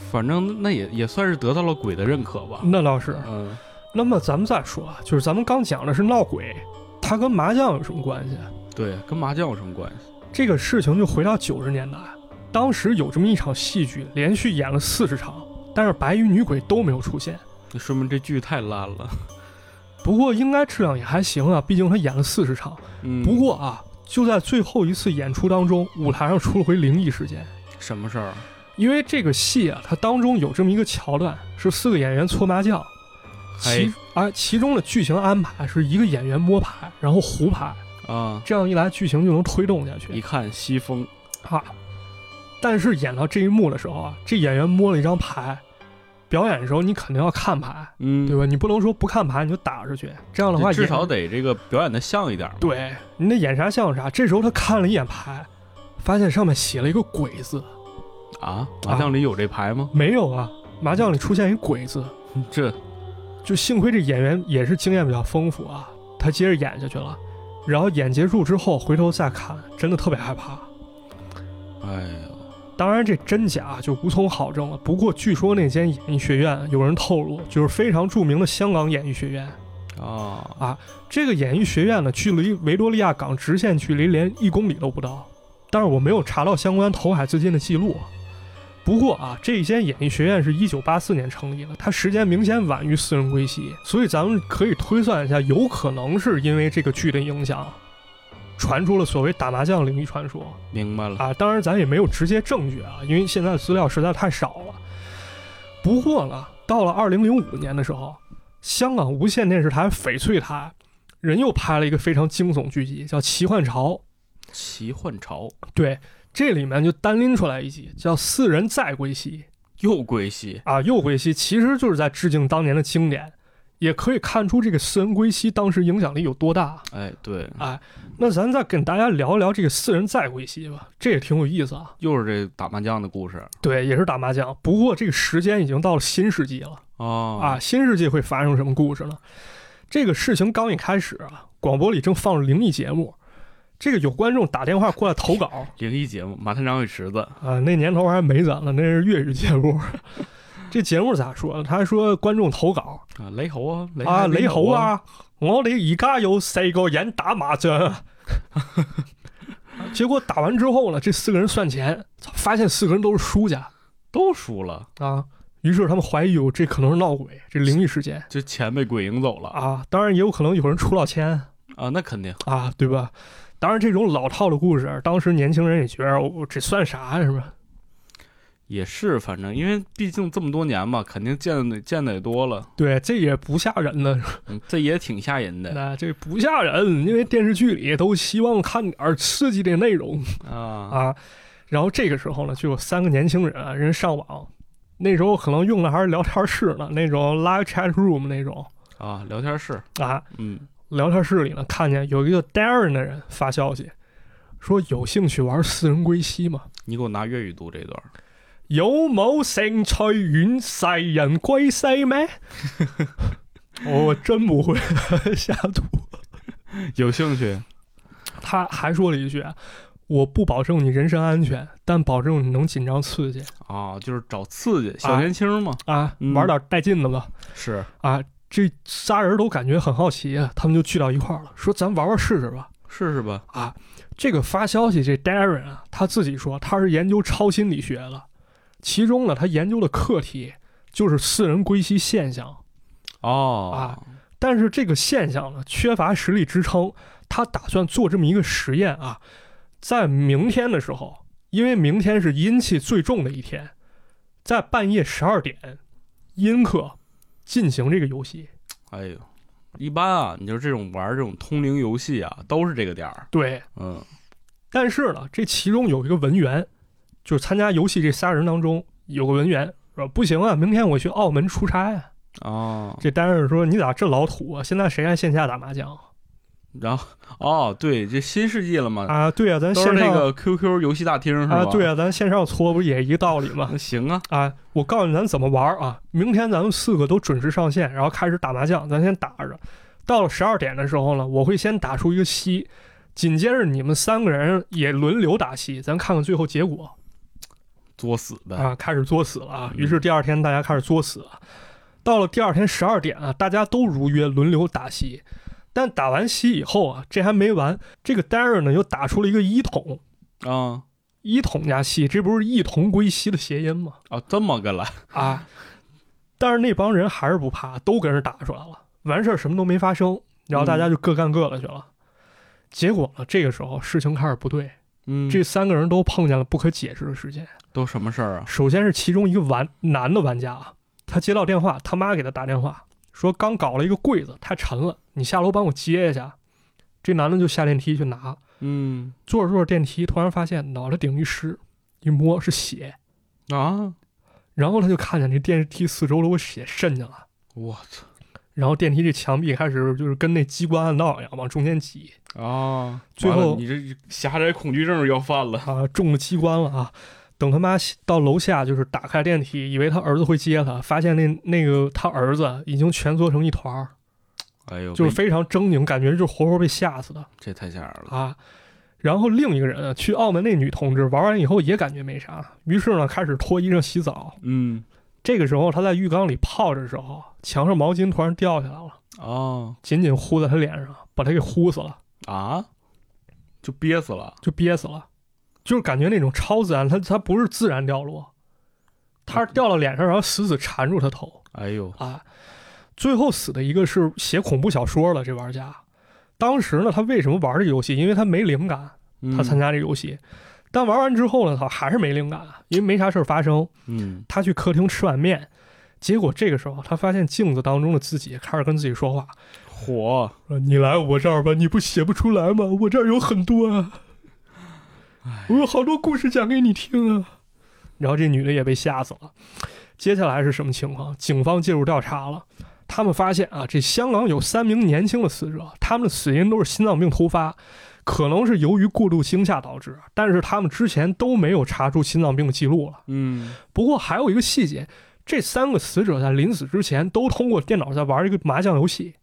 Speaker 1: 反正那也也算是得到了鬼的认可吧。
Speaker 2: 那倒是，
Speaker 1: 嗯，
Speaker 2: 那么咱们再说啊，就是咱们刚讲的是闹鬼，它跟麻将有什么关系啊？
Speaker 1: 对，跟麻将有什么关系？
Speaker 2: 这个事情就回到九十年代，当时有这么一场戏剧，连续演了四十场，但是白衣女鬼都没有出现。
Speaker 1: 那说明这剧太烂了。
Speaker 2: 不过应该质量也还行啊，毕竟她演了四十场。
Speaker 1: 嗯，
Speaker 2: 不过啊，就在最后一次演出当中，舞台上出了回灵异事件。
Speaker 1: 什么事儿？啊
Speaker 2: 因为这个戏啊，它当中有这么一个桥段，是四个演员搓麻将，其啊其中的剧情安排是一个演员摸牌，然后胡牌，
Speaker 1: 啊，
Speaker 2: 这样一来剧情就能推动下去
Speaker 1: 一。看西风，
Speaker 2: 啊！但是演到这一幕的时候啊，这演员摸了一张牌，表演的时候你肯定要看牌，
Speaker 1: 嗯，
Speaker 2: 对吧？你不能说不看牌你就打出去，这样的话
Speaker 1: 你至
Speaker 2: 演
Speaker 1: 少得这个表演的像一点儿嘛。
Speaker 2: 对你得演啥像啥。这时候他看了一眼牌，发现上面写了一个“鬼”字，
Speaker 1: 啊，麻将里有这牌吗？
Speaker 2: 没有啊，麻将里出现一“鬼”字，
Speaker 1: 嗯这
Speaker 2: 就幸亏这演员也是经验比较丰富啊，他接着演下去了。然后演结束之后回头再看，真的特别害怕。
Speaker 1: 哎呦，
Speaker 2: 当然，这真假就无从考证了。不过，据说那间演艺学院有人透露，就是非常著名的香港演艺学院。
Speaker 1: 啊，
Speaker 2: 这个演艺学院呢，距离维多利亚港直线距离连一公里都不到，但是我没有查到相关投海资金的记录。不过啊，这些演艺学院是一九八四年成立的，它时间明显晚于私人归西，所以咱们可以推算一下，有可能是因为这个剧的影响，传出了所谓打麻将灵异传说
Speaker 1: 明白了。
Speaker 2: 啊。当然，咱也没有直接证据啊，因为现在的资料实在太少了。不过呢，到了二零零五年的时候，香港无线电视台翡翠台人又拍了一个非常惊悚剧集，叫《奇幻潮》。
Speaker 1: 奇幻潮
Speaker 2: 对，这里面就单拎出来一集，叫《四人再归西
Speaker 1: 又归西》，
Speaker 2: 啊，又归西，其实就是在致敬当年的经典，也可以看出这个四人归西当时影响力有多大。啊
Speaker 1: 哎，对，
Speaker 2: 那咱再跟大家聊一聊这个四人再归西吧，这也挺有意思啊。
Speaker 1: 又是这打麻将的故事
Speaker 2: 对，也是打麻将，不过这个时间已经到了新世纪了
Speaker 1: 哦
Speaker 2: 啊，新世纪会发生什么故事呢？这个事情刚一开始啊，广播里正放着灵异节目，这个有观众打电话过来投稿，
Speaker 1: 灵异节目《马探长与池子》
Speaker 2: 啊，那年头还没咱了，那是粤语节目。 <laughs> 这节目咋说呢？他说观众投稿
Speaker 1: 啊，雷猴啊，雷
Speaker 2: 啊，
Speaker 1: 还没
Speaker 2: 雷猴
Speaker 1: 有啊，
Speaker 2: 啊，我哋而家有四个人打麻将。
Speaker 1: <laughs>
Speaker 2: 结果打完之后呢，这四个人算钱，操发现四个人都是输家
Speaker 1: 都输了，
Speaker 2: 啊。于是他们怀疑有这可能是闹鬼，这灵异事件
Speaker 1: 这钱被鬼赢走了啊
Speaker 2: 啊。当然也有可能有人出老千
Speaker 1: 那肯定
Speaker 2: 啊，对吧？当然这种老套的故事，当时年轻人也觉得我、这算啥呀，是吧？
Speaker 1: 也是，反正因为毕竟这么多年嘛，肯定见的见的也多了，
Speaker 2: 对，这也不吓人呢，
Speaker 1: 嗯这也挺吓人的
Speaker 2: 那这不吓人，因为电视剧里都希望看点儿刺激的内容
Speaker 1: 啊
Speaker 2: <laughs> 啊。然后这个时候呢，就有三个年轻人啊，人上网，那时候可能用的还是聊天室呢，那种 live chat room 那种
Speaker 1: 啊，聊天室，
Speaker 2: 啊。
Speaker 1: 嗯，
Speaker 2: 聊天室里呢，看见有一个 Darren 的人发消息，说有兴趣玩四人归西吗？
Speaker 1: 你给我拿粤语读这段，
Speaker 2: 有冇兴趣玩四人归西咩？ <laughs> 我真不会瞎读。
Speaker 1: 有兴趣？
Speaker 2: 他还说了一句：“啊我不保证你人身安全，但保证你能紧张刺激
Speaker 1: 啊，就是找刺激，小年轻嘛，
Speaker 2: 啊，
Speaker 1: 嗯
Speaker 2: 玩点带劲的吧。
Speaker 1: 是
Speaker 2: 啊，这仨人都感觉很好奇啊，他们就聚到一块儿了，说：“咱玩玩试试吧。
Speaker 1: 试试吧。”
Speaker 2: 啊这个发消息这 Darren 啊，他自己说他是研究超心理学的，其中呢，他研究的课题就是四人归西现象，
Speaker 1: 哦
Speaker 2: 啊但是这个现象呢，缺乏实力支撑。他打算做这么一个实验啊，在明天的时候，因为明天是阴气最重的一天，在半夜十二点，阴课进行这个游戏。
Speaker 1: 哎呦，一般啊，你就这种玩这种通灵游戏啊，都是这个点儿。
Speaker 2: 对，
Speaker 1: 嗯，
Speaker 2: 但是呢，这其中有一个文员，就是参加游戏这仨人当中有个文员说：“不行啊，明天我去澳门出差啊。
Speaker 1: 哦”，
Speaker 2: 这单人说：“你咋这老土啊？现在谁还线下打麻将
Speaker 1: 然后哦，对，这新世纪了嘛，
Speaker 2: 啊？对啊，咱
Speaker 1: 都是嗯
Speaker 2: 线
Speaker 1: 那
Speaker 2: 上
Speaker 1: 个 QQ 游戏大厅是吧？
Speaker 2: 啊，对啊，咱线上搓不也一个道理吗？” <laughs>
Speaker 1: 那行啊，
Speaker 2: 啊，我告诉你咱怎么玩儿啊！明天咱们四个都准时上线，然后开始打麻将，咱先打着。到了十二点的时候呢，我会先打出一个西，紧接着你们三个人也轮流打西，咱看看最后结果
Speaker 1: 作死呗。
Speaker 2: 啊！开始作死了啊！
Speaker 1: 嗯
Speaker 2: 于是第二天大家开始作死了。到了第二天十二点啊，大家都如约轮流打西，但打完西以后啊，这还没完，这个 Darren 呢又打出了一个一筒，
Speaker 1: 啊
Speaker 2: 一筒加西，这不是一同归西的谐音吗？
Speaker 1: 啊，这么个来
Speaker 2: 啊，但是那帮人还是不怕，都跟人打出来了，完事儿什么都没发生，然后大家就各干各的去了。结果呢，这个时候事情开始不对，
Speaker 1: 嗯，
Speaker 2: 这三个人都碰见了不可解释的事件。
Speaker 1: 都什么事儿啊？
Speaker 2: 首先是其中一个玩男的玩家啊，他接到电话，他妈给他打电话说刚搞了一个柜子太沉了，你下楼帮我接一下。这男的就下电梯去拿，
Speaker 1: 嗯
Speaker 2: 坐着坐着电梯，突然发现脑袋顶一湿，一摸是血，
Speaker 1: 啊，
Speaker 2: 然后他就看见这电梯四周都有血渗进来。
Speaker 1: 我操
Speaker 2: 然后电梯这墙壁开始就是跟那机关暗道一样往中间挤
Speaker 1: 啊！
Speaker 2: 哦最
Speaker 1: 完了
Speaker 2: 后
Speaker 1: 你这狭窄恐惧症要犯了。
Speaker 2: 啊，中了机关了啊！等他妈到楼下，就是打开电梯，以为他儿子会接他，发现那那个他儿子已经蜷缩成一团儿，
Speaker 1: 哎呦，
Speaker 2: 就是
Speaker 1: 被
Speaker 2: 非常狰狞，感觉就是活活被吓死的
Speaker 1: 这太吓人了。
Speaker 2: 啊。然后另一个人啊去澳门那女同志玩完以后也感觉没啥，于是呢开始脱衣裳洗澡。
Speaker 1: 嗯
Speaker 2: 这个时候他在浴缸里泡着的时候，墙上毛巾突然掉下来了，
Speaker 1: 哦
Speaker 2: 紧紧呼在他脸上，把他给呼死了。
Speaker 1: 啊，就憋死了。
Speaker 2: 就憋死了，就是感觉那种超自然，它它不是自然掉落，他是掉到脸上，然后死死缠住他头
Speaker 1: 哎呦，
Speaker 2: 啊。最后死的一个是写恐怖小说了，这玩家。当时呢，他为什么玩这游戏？因为他没灵感，他参
Speaker 1: 加，
Speaker 2: 加这游戏。但玩完之后呢，他还是没灵感，因为没啥事儿发生。
Speaker 1: 嗯，
Speaker 2: 他去客厅吃碗面，结果这个时候他发现镜子当中的自己开始跟自己说话
Speaker 1: 火，：“
Speaker 2: 说你来我这儿吧，你不写不出来吗？我这儿有很多啊，我有好多故事讲给你听啊。”然后这女的也被吓死了。接下来是什么情况？警方介入调查了，他们发现啊，这香港有三名年轻的死者，他们的死因都是心脏病突发，可能是由于过度惊吓导致，但是他们之前都没有查出心脏病记录了。
Speaker 1: 嗯，
Speaker 2: 不过还有一个细节，这三个死者在临死之前都通过电脑在玩一个麻将游戏。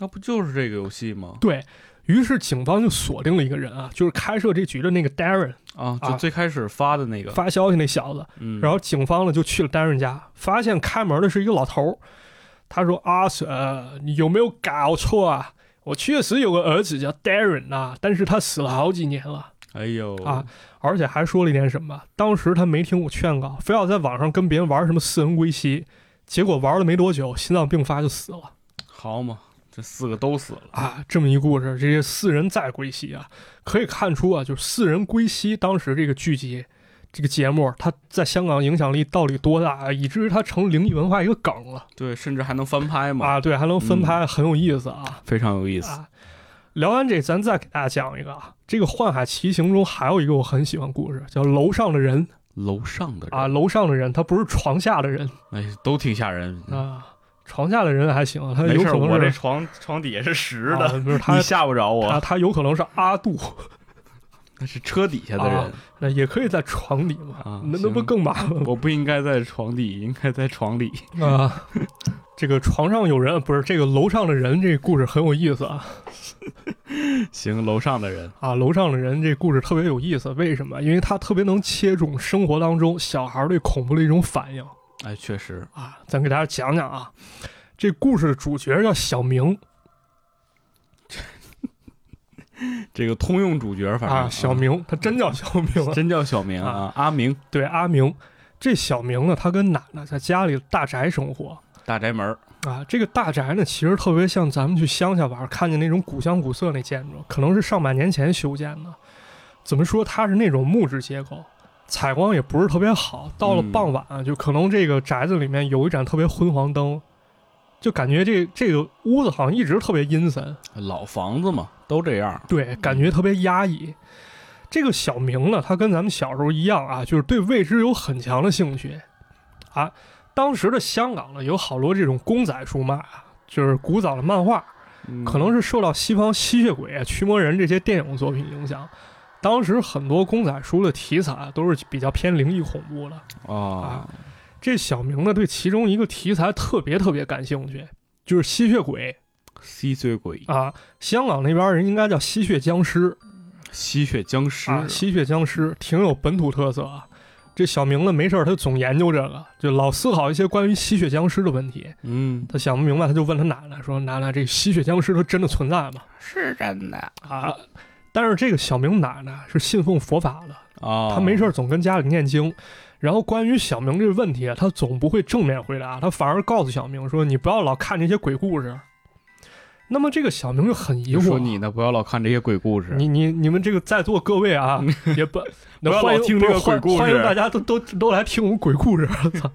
Speaker 1: 那不就是这个游戏吗？
Speaker 2: 对于是，警方就锁定了一个人啊，就是开设这局的那个 Darren
Speaker 1: 啊，
Speaker 2: 啊
Speaker 1: 就最开始发的那个，
Speaker 2: 发消息那小子。
Speaker 1: 嗯，
Speaker 2: 然后警方呢就去了 Darren 家，发现开门的是一个老头儿。他说：“阿 Sir，你有没有搞错啊？我确实有个儿子叫 Darren 啊，但是他死了好几年了。”
Speaker 1: 哎呦
Speaker 2: 啊，而且还说了一点什么，当时他没听我劝告，非要在网上跟别人玩什么四人归西，结果玩了没多久，心脏病发就死了
Speaker 1: 好嘛，这四个都死了，
Speaker 2: 啊！这么一故事，这些四人再归西啊，可以看出啊，就是四人归西当时这个剧集。这个节目它在香港影响力到底多大啊？以至于它成灵异文化一个梗了
Speaker 1: 对，甚至还能翻拍嘛，
Speaker 2: 啊！对，还能分拍，很有意思啊！
Speaker 1: 非常有意思。
Speaker 2: 啊，聊完这，咱再给大家讲一个啊。这个《幻海奇行》中还有一个我很喜欢的故事，叫《楼上的
Speaker 1: 哎
Speaker 2: 人》。
Speaker 1: 楼上的人
Speaker 2: 啊，，楼上的人，他不是床下的人
Speaker 1: 哎，都挺吓人。
Speaker 2: 啊。床下的人还行，他
Speaker 1: 嗯没
Speaker 2: 有
Speaker 1: 事，
Speaker 2: 可能
Speaker 1: 我这
Speaker 2: 是
Speaker 1: 床床底下是实
Speaker 2: 啊
Speaker 1: 的，
Speaker 2: 不是他
Speaker 1: 你吓不着
Speaker 2: 啊，
Speaker 1: 我。
Speaker 2: 他有可能是阿杜，
Speaker 1: 那是车底下的人，
Speaker 2: 那也可以在床底嘛，
Speaker 1: 啊
Speaker 2: 那那不
Speaker 1: 行
Speaker 2: 更麻烦
Speaker 1: <laughs> 我不应该在床底，应该在床里。
Speaker 2: 吗啊？ <laughs> 这个床上有人，不是这个楼上的人，这个故事很有意思啊
Speaker 1: 行，楼上的人，
Speaker 2: 啊！楼上的人这故事特别有意思，为什么？因为他特别能切中生活当中小孩对恐怖的一种反应
Speaker 1: 哎，确实，
Speaker 2: 啊。咱给大家讲讲啊，这故事的主角叫小明，
Speaker 1: 这个通用主角，反正
Speaker 2: 啊，小明，他真叫小明啊，
Speaker 1: 真叫小明啊，阿明，
Speaker 2: 对，阿明，这小明呢，他跟奶奶在家里大宅生活
Speaker 1: 大宅门儿，
Speaker 2: 啊。这个大宅呢，其实特别像咱们去乡下玩看见那种古香古色那建筑，可能是上百年前修建的。怎么说，它是那种木质结构，采光也不是特别好。到了
Speaker 1: 嗯
Speaker 2: 傍晚啊、就可能这个宅子里面有一盏特别昏黄灯，就感觉这这个屋子好像一直特别阴森。
Speaker 1: 哎老房子嘛，都这样。
Speaker 2: 对，感觉特别压抑。这个小明呢，他跟咱们小时候一样啊，就是对未知有很强的兴趣啊。当时的香港呢，有好多这种公仔书漫啊，就是古早的漫画，
Speaker 1: 嗯
Speaker 2: 可能是受到西方吸血鬼、啊、驱魔人这些电影作品影响。当时很多公仔书的题材啊都是比较偏灵异恐怖的。
Speaker 1: 啊，
Speaker 2: 这小明呢，对其中一个题材特别特别感兴趣，就是吸血鬼
Speaker 1: 吸血鬼，
Speaker 2: 啊。香港那边人应该叫吸血僵尸，
Speaker 1: 吸血僵尸，
Speaker 2: 啊，吸血僵尸挺有本土特色啊。这小明呢，没事儿他就总研究这个，就老思考一些关于吸血僵尸的问题。
Speaker 1: 嗯，
Speaker 2: 他想不明白，他就问他奶奶说：“奶奶，这吸血僵尸它真的存在吗
Speaker 1: 是真的？”
Speaker 2: 啊，但是这个小明奶奶是信奉佛法的，
Speaker 1: 啊，
Speaker 2: 他没事儿总跟家里念经。然后关于小明这个问题啊，他总不会正面回答，他反而告诉小明说：“你不要老看这些鬼故事。”那么这个小明就很疑
Speaker 1: 就
Speaker 2: 惑，
Speaker 1: 说你呢，不要老看这些鬼故事。
Speaker 2: 你你你们这个在座各
Speaker 1: <laughs>
Speaker 2: 位啊，也不
Speaker 1: 不要
Speaker 2: 欢迎
Speaker 1: 老听这个
Speaker 2: 不是欢
Speaker 1: 鬼故事
Speaker 2: 欢迎大家都都都来听我们鬼故事。操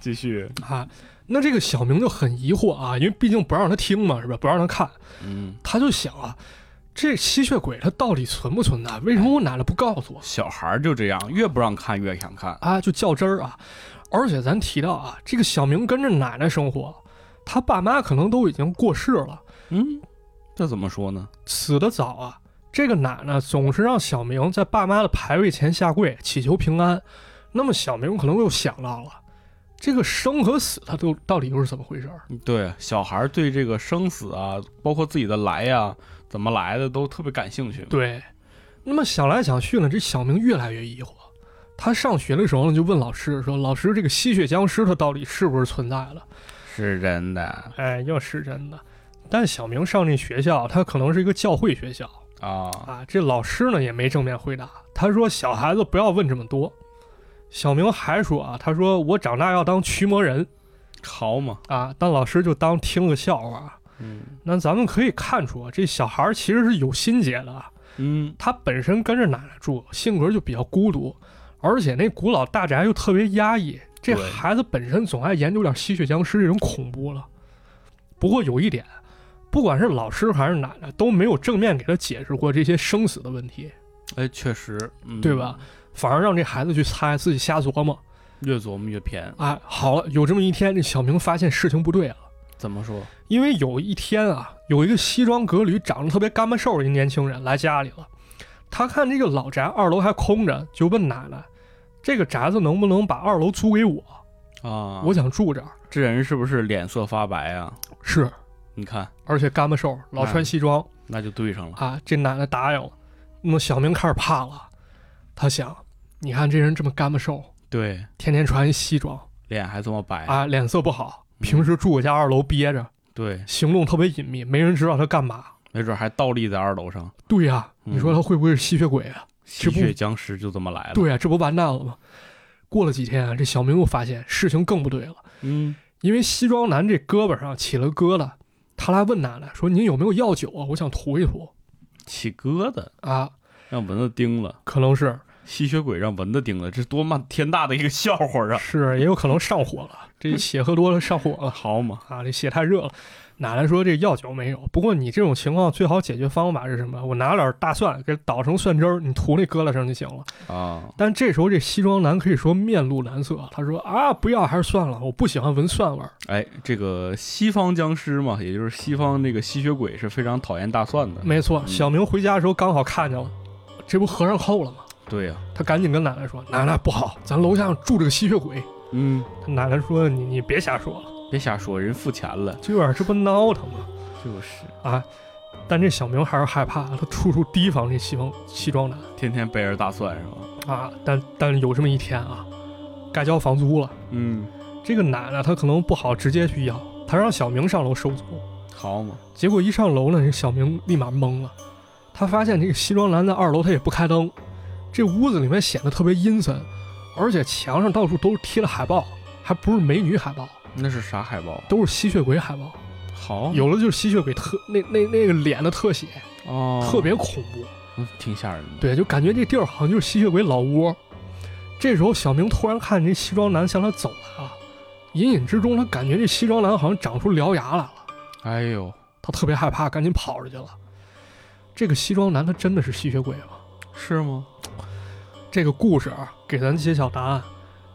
Speaker 1: 继续，
Speaker 2: 啊！那这个小明就很疑惑啊，因为毕竟不让他听嘛，是吧？不让他看，
Speaker 1: 嗯，
Speaker 2: 他就想啊，这吸血鬼它到底存不存在？为什么我奶奶不告诉我
Speaker 1: 小孩儿就这样，越不让看越想看。
Speaker 2: 啊？就较真儿啊！而且咱提到啊，这个小明跟着奶奶生活，他爸妈可能都已经过世了，
Speaker 1: 嗯，这怎么说呢？
Speaker 2: 死得早啊。这个奶奶总是让小明在爸妈的牌位前下跪祈求平安，那么小明可能又想到了，这个生和死它都到底又是怎么回事儿
Speaker 1: 对，小孩儿对这个生死啊，包括自己的来呀、怎么来的，都特别感兴趣。，
Speaker 2: 对，那么想来想去呢，这小明越来越疑惑。他上学的时候呢，就问老师说：“老师，这个吸血僵尸它到底是不是存在的
Speaker 1: 是真的？”
Speaker 2: 哎，又是真的。但小明上这学校，他可能是一个教会学校，
Speaker 1: 啊。
Speaker 2: 啊，这老师呢也没正面回答，他说小孩子不要问这么多。小明还说啊，他说我长大要当驱魔人
Speaker 1: 潮嘛，
Speaker 2: 啊，但老师就当听个笑话。
Speaker 1: 嗯
Speaker 2: 那咱们可以看出啊，这小孩儿其实是有心结的啊，
Speaker 1: 嗯，
Speaker 2: 他本身跟着奶奶住，性格就比较孤独，而且那古老大宅又特别压抑。这
Speaker 1: 对
Speaker 2: 孩子本身总爱研究点吸血僵尸这种恐怖了。不过有一点，不管是老师还是奶奶，都没有正面给他解释过这些生死的问题，
Speaker 1: 哎，确实，嗯、
Speaker 2: 对吧？反而让这孩子去猜，自己瞎琢磨。
Speaker 1: 越琢磨越偏，
Speaker 2: 哎，好了，有这么一天，这小明发现事情不对了，
Speaker 1: 怎么说？
Speaker 2: 因为有一天啊，有一个西装革履、长得特别干巴瘦的一年轻人来家里了，他看这个老宅二楼还空着，就问奶奶：“这个宅子能不能把二楼租给我？
Speaker 1: 啊，
Speaker 2: 我想住这儿。
Speaker 1: 这人是不是脸色发白啊？”
Speaker 2: 是，
Speaker 1: 你看，
Speaker 2: 而且干巴瘦，老穿西装
Speaker 1: 那就对上了。
Speaker 2: 啊。这奶奶答应了，那么小明开始怕了，他想：你看这人这么干巴瘦，
Speaker 1: 对，
Speaker 2: 天天穿一西装
Speaker 1: 脸还这么白，
Speaker 2: 啊，脸色不好，
Speaker 1: 哎嗯
Speaker 2: 平时住我家二楼憋着，
Speaker 1: 对，
Speaker 2: 行动特别隐秘，没人知道他干嘛。
Speaker 1: 没准还倒立在二楼上。
Speaker 2: 对呀、
Speaker 1: 嗯
Speaker 2: 你说他会不会是吸血鬼啊？
Speaker 1: 吸
Speaker 2: 不
Speaker 1: 血僵尸就这么来了。，
Speaker 2: 对呀、这不完蛋了吗？过了几天啊，这小明又发现事情更不对了，
Speaker 1: 嗯，
Speaker 2: 因为西装男这胳膊上啊起了疙瘩，他来问奶奶说：“您有没有药酒啊？我想涂一涂
Speaker 1: 起疙瘩，
Speaker 2: 啊。
Speaker 1: 让蚊子叮了”。
Speaker 2: 可能是
Speaker 1: 吸血鬼让蚊子叮了，这多么天大的一个笑话啊！
Speaker 2: 是，也有可能上火了，这血喝多了上火
Speaker 1: <laughs>
Speaker 2: 了
Speaker 1: 好嘛，
Speaker 2: 啊，这血太热了。奶奶说这药酒没有，不过你这种情况最好解决方法是什么？我拿点大蒜给捣成蒜汁儿，你涂那疙瘩上就行了。
Speaker 1: 啊，
Speaker 2: 但这时候这西装男可以说面露难色，他说啊，不要还是算了，我不喜欢闻蒜味儿。
Speaker 1: 哎，这个西方僵尸嘛，也就是西方那个吸血鬼是非常讨厌大蒜的。
Speaker 2: 没错，
Speaker 1: 嗯
Speaker 2: 小明回家的时候刚好看见了，这不和尚扣了吗？
Speaker 1: 对呀、
Speaker 2: 他赶紧跟奶奶说：“奶奶不好，咱楼下住着个吸血鬼。
Speaker 1: 嗯，”
Speaker 2: 奶奶说：“你你别瞎说了，
Speaker 1: 别瞎说，人付钱了，
Speaker 2: 这玩意儿这不闹腾吗
Speaker 1: 就是？”
Speaker 2: 但这小明还是害怕，他处处提防这西方西装男
Speaker 1: 天天背着大蒜是吧？
Speaker 2: 啊。但但有这么一天啊，该交房租了，
Speaker 1: 嗯，
Speaker 2: 这个奶奶她可能不好直接去要，她让小明上楼收租。
Speaker 1: 好嘛，
Speaker 2: 结果一上楼呢，这小明立马懵了，他发现这个西装男在二楼他也不开灯，这屋子里面显得特别阴森，而且墙上到处都是贴了海报，还不是美女海报，
Speaker 1: 那是啥海报？
Speaker 2: 都是吸血鬼海报，
Speaker 1: 好
Speaker 2: 有的就是吸血鬼特那那那个脸的特写，
Speaker 1: 哦，
Speaker 2: 特别恐怖，
Speaker 1: 嗯挺吓人的。，
Speaker 2: 对，就感觉这地儿好像就是吸血鬼老窝。这时候小明突然看见这西装男向他走来啊，隐隐之中他感觉这西装男好像长出獠牙来了。
Speaker 1: 哎呦，
Speaker 2: 他特别害怕，赶紧跑出去了。这个西装男他真的是吸血鬼吗？
Speaker 1: 是吗？
Speaker 2: 这个故事啊，给咱揭晓答案。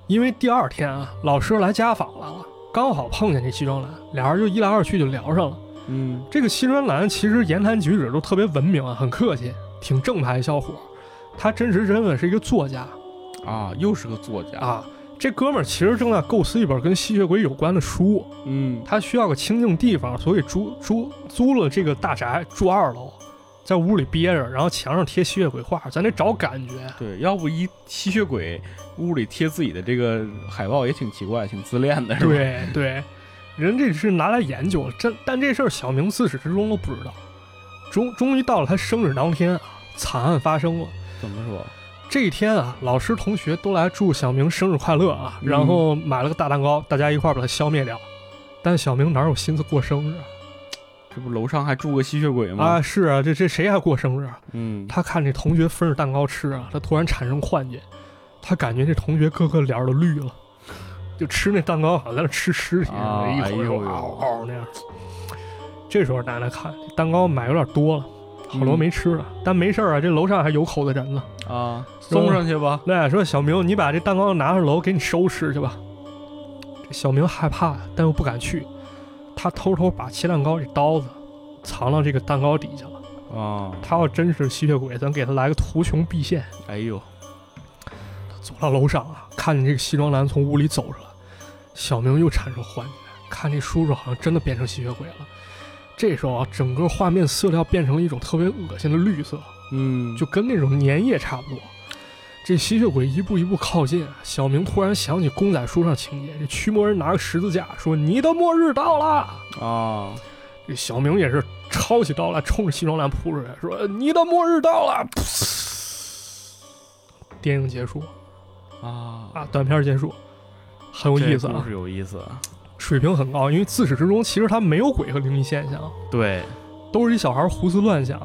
Speaker 2: 因为第二天啊，老师来家访来了，啊刚好碰见这西装男，俩人就一来二去就聊上了。
Speaker 1: 嗯，
Speaker 2: 这个西装男其实言谈举止都特别文明啊，很客气，挺正派一小伙儿。他真实身份是一个作家
Speaker 1: 啊，又是个作家，
Speaker 2: 啊。这哥们儿其实正在构思一本跟吸血鬼有关的书，
Speaker 1: 嗯，
Speaker 2: 他需要个清静地方，所以租租租了这个大宅，住二楼，在屋里憋着，然后墙上贴吸血鬼画，咱得找感觉。
Speaker 1: 对，要不一吸血鬼屋里贴自己的这个海报也挺奇怪，挺自恋的，是吧？
Speaker 2: 对对，人这是拿来研究，真但这事儿小明自始至终都不知道。终终于到了他生日当天啊，惨案发生了。
Speaker 1: 怎么说？
Speaker 2: 这一天啊，老师同学都来祝小明生日快乐啊，
Speaker 1: 嗯
Speaker 2: 然后买了个大蛋糕，大家一块儿把它消灭掉。但小明哪有心思过生日
Speaker 1: 这不楼上还住个吸血鬼吗？
Speaker 2: 啊？是啊，这这谁还过生日啊？
Speaker 1: 嗯，
Speaker 2: 他看这同学分着蛋糕吃啊，他突然产生幻觉，他感觉这同学哥哥脸儿都绿了，就吃那蛋糕好像在那吃尸体似
Speaker 1: 啊
Speaker 2: 的，一口一口
Speaker 1: 哎呦呦
Speaker 2: 嗷嗷那样。这时候奶奶看蛋糕买有点多了，好多
Speaker 1: 嗯
Speaker 2: 没吃的，但没事儿啊，这楼上还有口子人呢。
Speaker 1: 啊，送上去吧。
Speaker 2: 奶奶说：“小明，你把这蛋糕拿上楼，给你收拾去吧。”这小明害怕，但又不敢去，他偷偷把切蛋糕这刀子藏到这个蛋糕底下了。
Speaker 1: 啊，
Speaker 2: 他要真是吸血鬼，咱给他来个图穷匕现。
Speaker 1: 哎呦，
Speaker 2: 走到楼上啊，看见这个西装男从屋里走出来，小明又产生幻觉，看这叔叔好像真的变成吸血鬼了。这时候啊，整个画面色调变成了一种特别恶心的绿色，
Speaker 1: 嗯，
Speaker 2: 就跟那种粘液差不多。这吸血鬼一步一步靠近，啊小明突然想起公仔书上情节，这驱魔人拿个十字架说：“你的末日到了。
Speaker 1: 啊，”
Speaker 2: 这小明也是抄起刀来，冲着西装男扑出去，说：“你的末日到了。噗”电影结束。
Speaker 1: 啊
Speaker 2: 啊，短片结束，很有意思啊
Speaker 3: 是，有意思。
Speaker 2: 水平很高，因为自始至终其实它没有鬼和灵异现象，
Speaker 3: 对，
Speaker 2: 都是一小孩胡思乱想，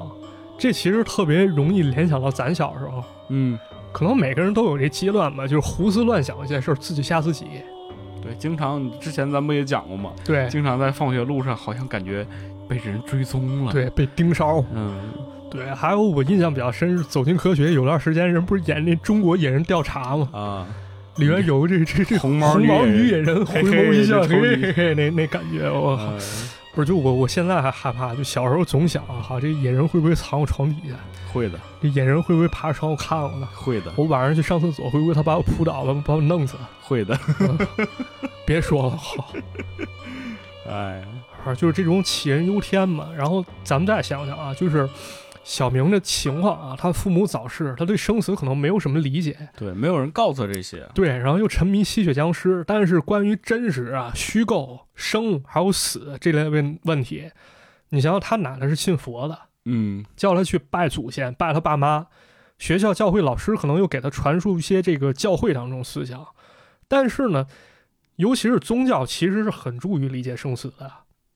Speaker 2: 这其实特别容易联想到咱小时候，
Speaker 1: 嗯，
Speaker 2: 可能每个人都有这阶段吧，就是胡思乱想一些事儿，自己吓自己。
Speaker 1: 对，经常之前咱不也讲过吗？
Speaker 2: 对
Speaker 1: 经常在放学路上，好像感觉被人追踪了。，
Speaker 2: 对，被盯梢。
Speaker 1: 嗯
Speaker 2: 对，还有我印象比较深是《走进科学》，有段时间人不是演那中国野人调查吗？
Speaker 1: 啊，
Speaker 2: 里面有这这这
Speaker 1: 红毛
Speaker 2: 红毛
Speaker 1: 女
Speaker 2: 女
Speaker 1: 野
Speaker 2: 野人回眸一笑，
Speaker 1: 嘿嘿这
Speaker 2: 嘿
Speaker 1: 抽
Speaker 2: 嘿嘿，那那感觉，我靠！
Speaker 1: 呃
Speaker 2: 不是，就我我现在还害怕，就小时候总想，哈，这野人会不会藏我床底下？
Speaker 1: 会的，
Speaker 2: 这野人会不会爬窗户看我呢？
Speaker 1: 会的，
Speaker 2: 我晚上去上厕所，会不会他把我扑 <laughs> 倒了，把我弄死？
Speaker 1: 会的。
Speaker 2: 别说了，好。
Speaker 1: 哎，
Speaker 2: 啊，就是这种杞人忧天嘛。然后咱们再想想啊，就是小明的情况啊，他父母早逝，他对生死可能没有什么理解，
Speaker 1: 对，没有人告诉他这些。
Speaker 2: 对，然后又沉迷吸血僵尸。但是关于真实啊、虚构、生还有死这类问问题，你想想他奶奶是信佛的，
Speaker 1: 嗯，
Speaker 2: 叫他去拜祖先、拜他爸妈，学校教会老师可能又给他传输一些这个教会当中思想，但是呢。尤其是宗教，其实是很助于理解生死的。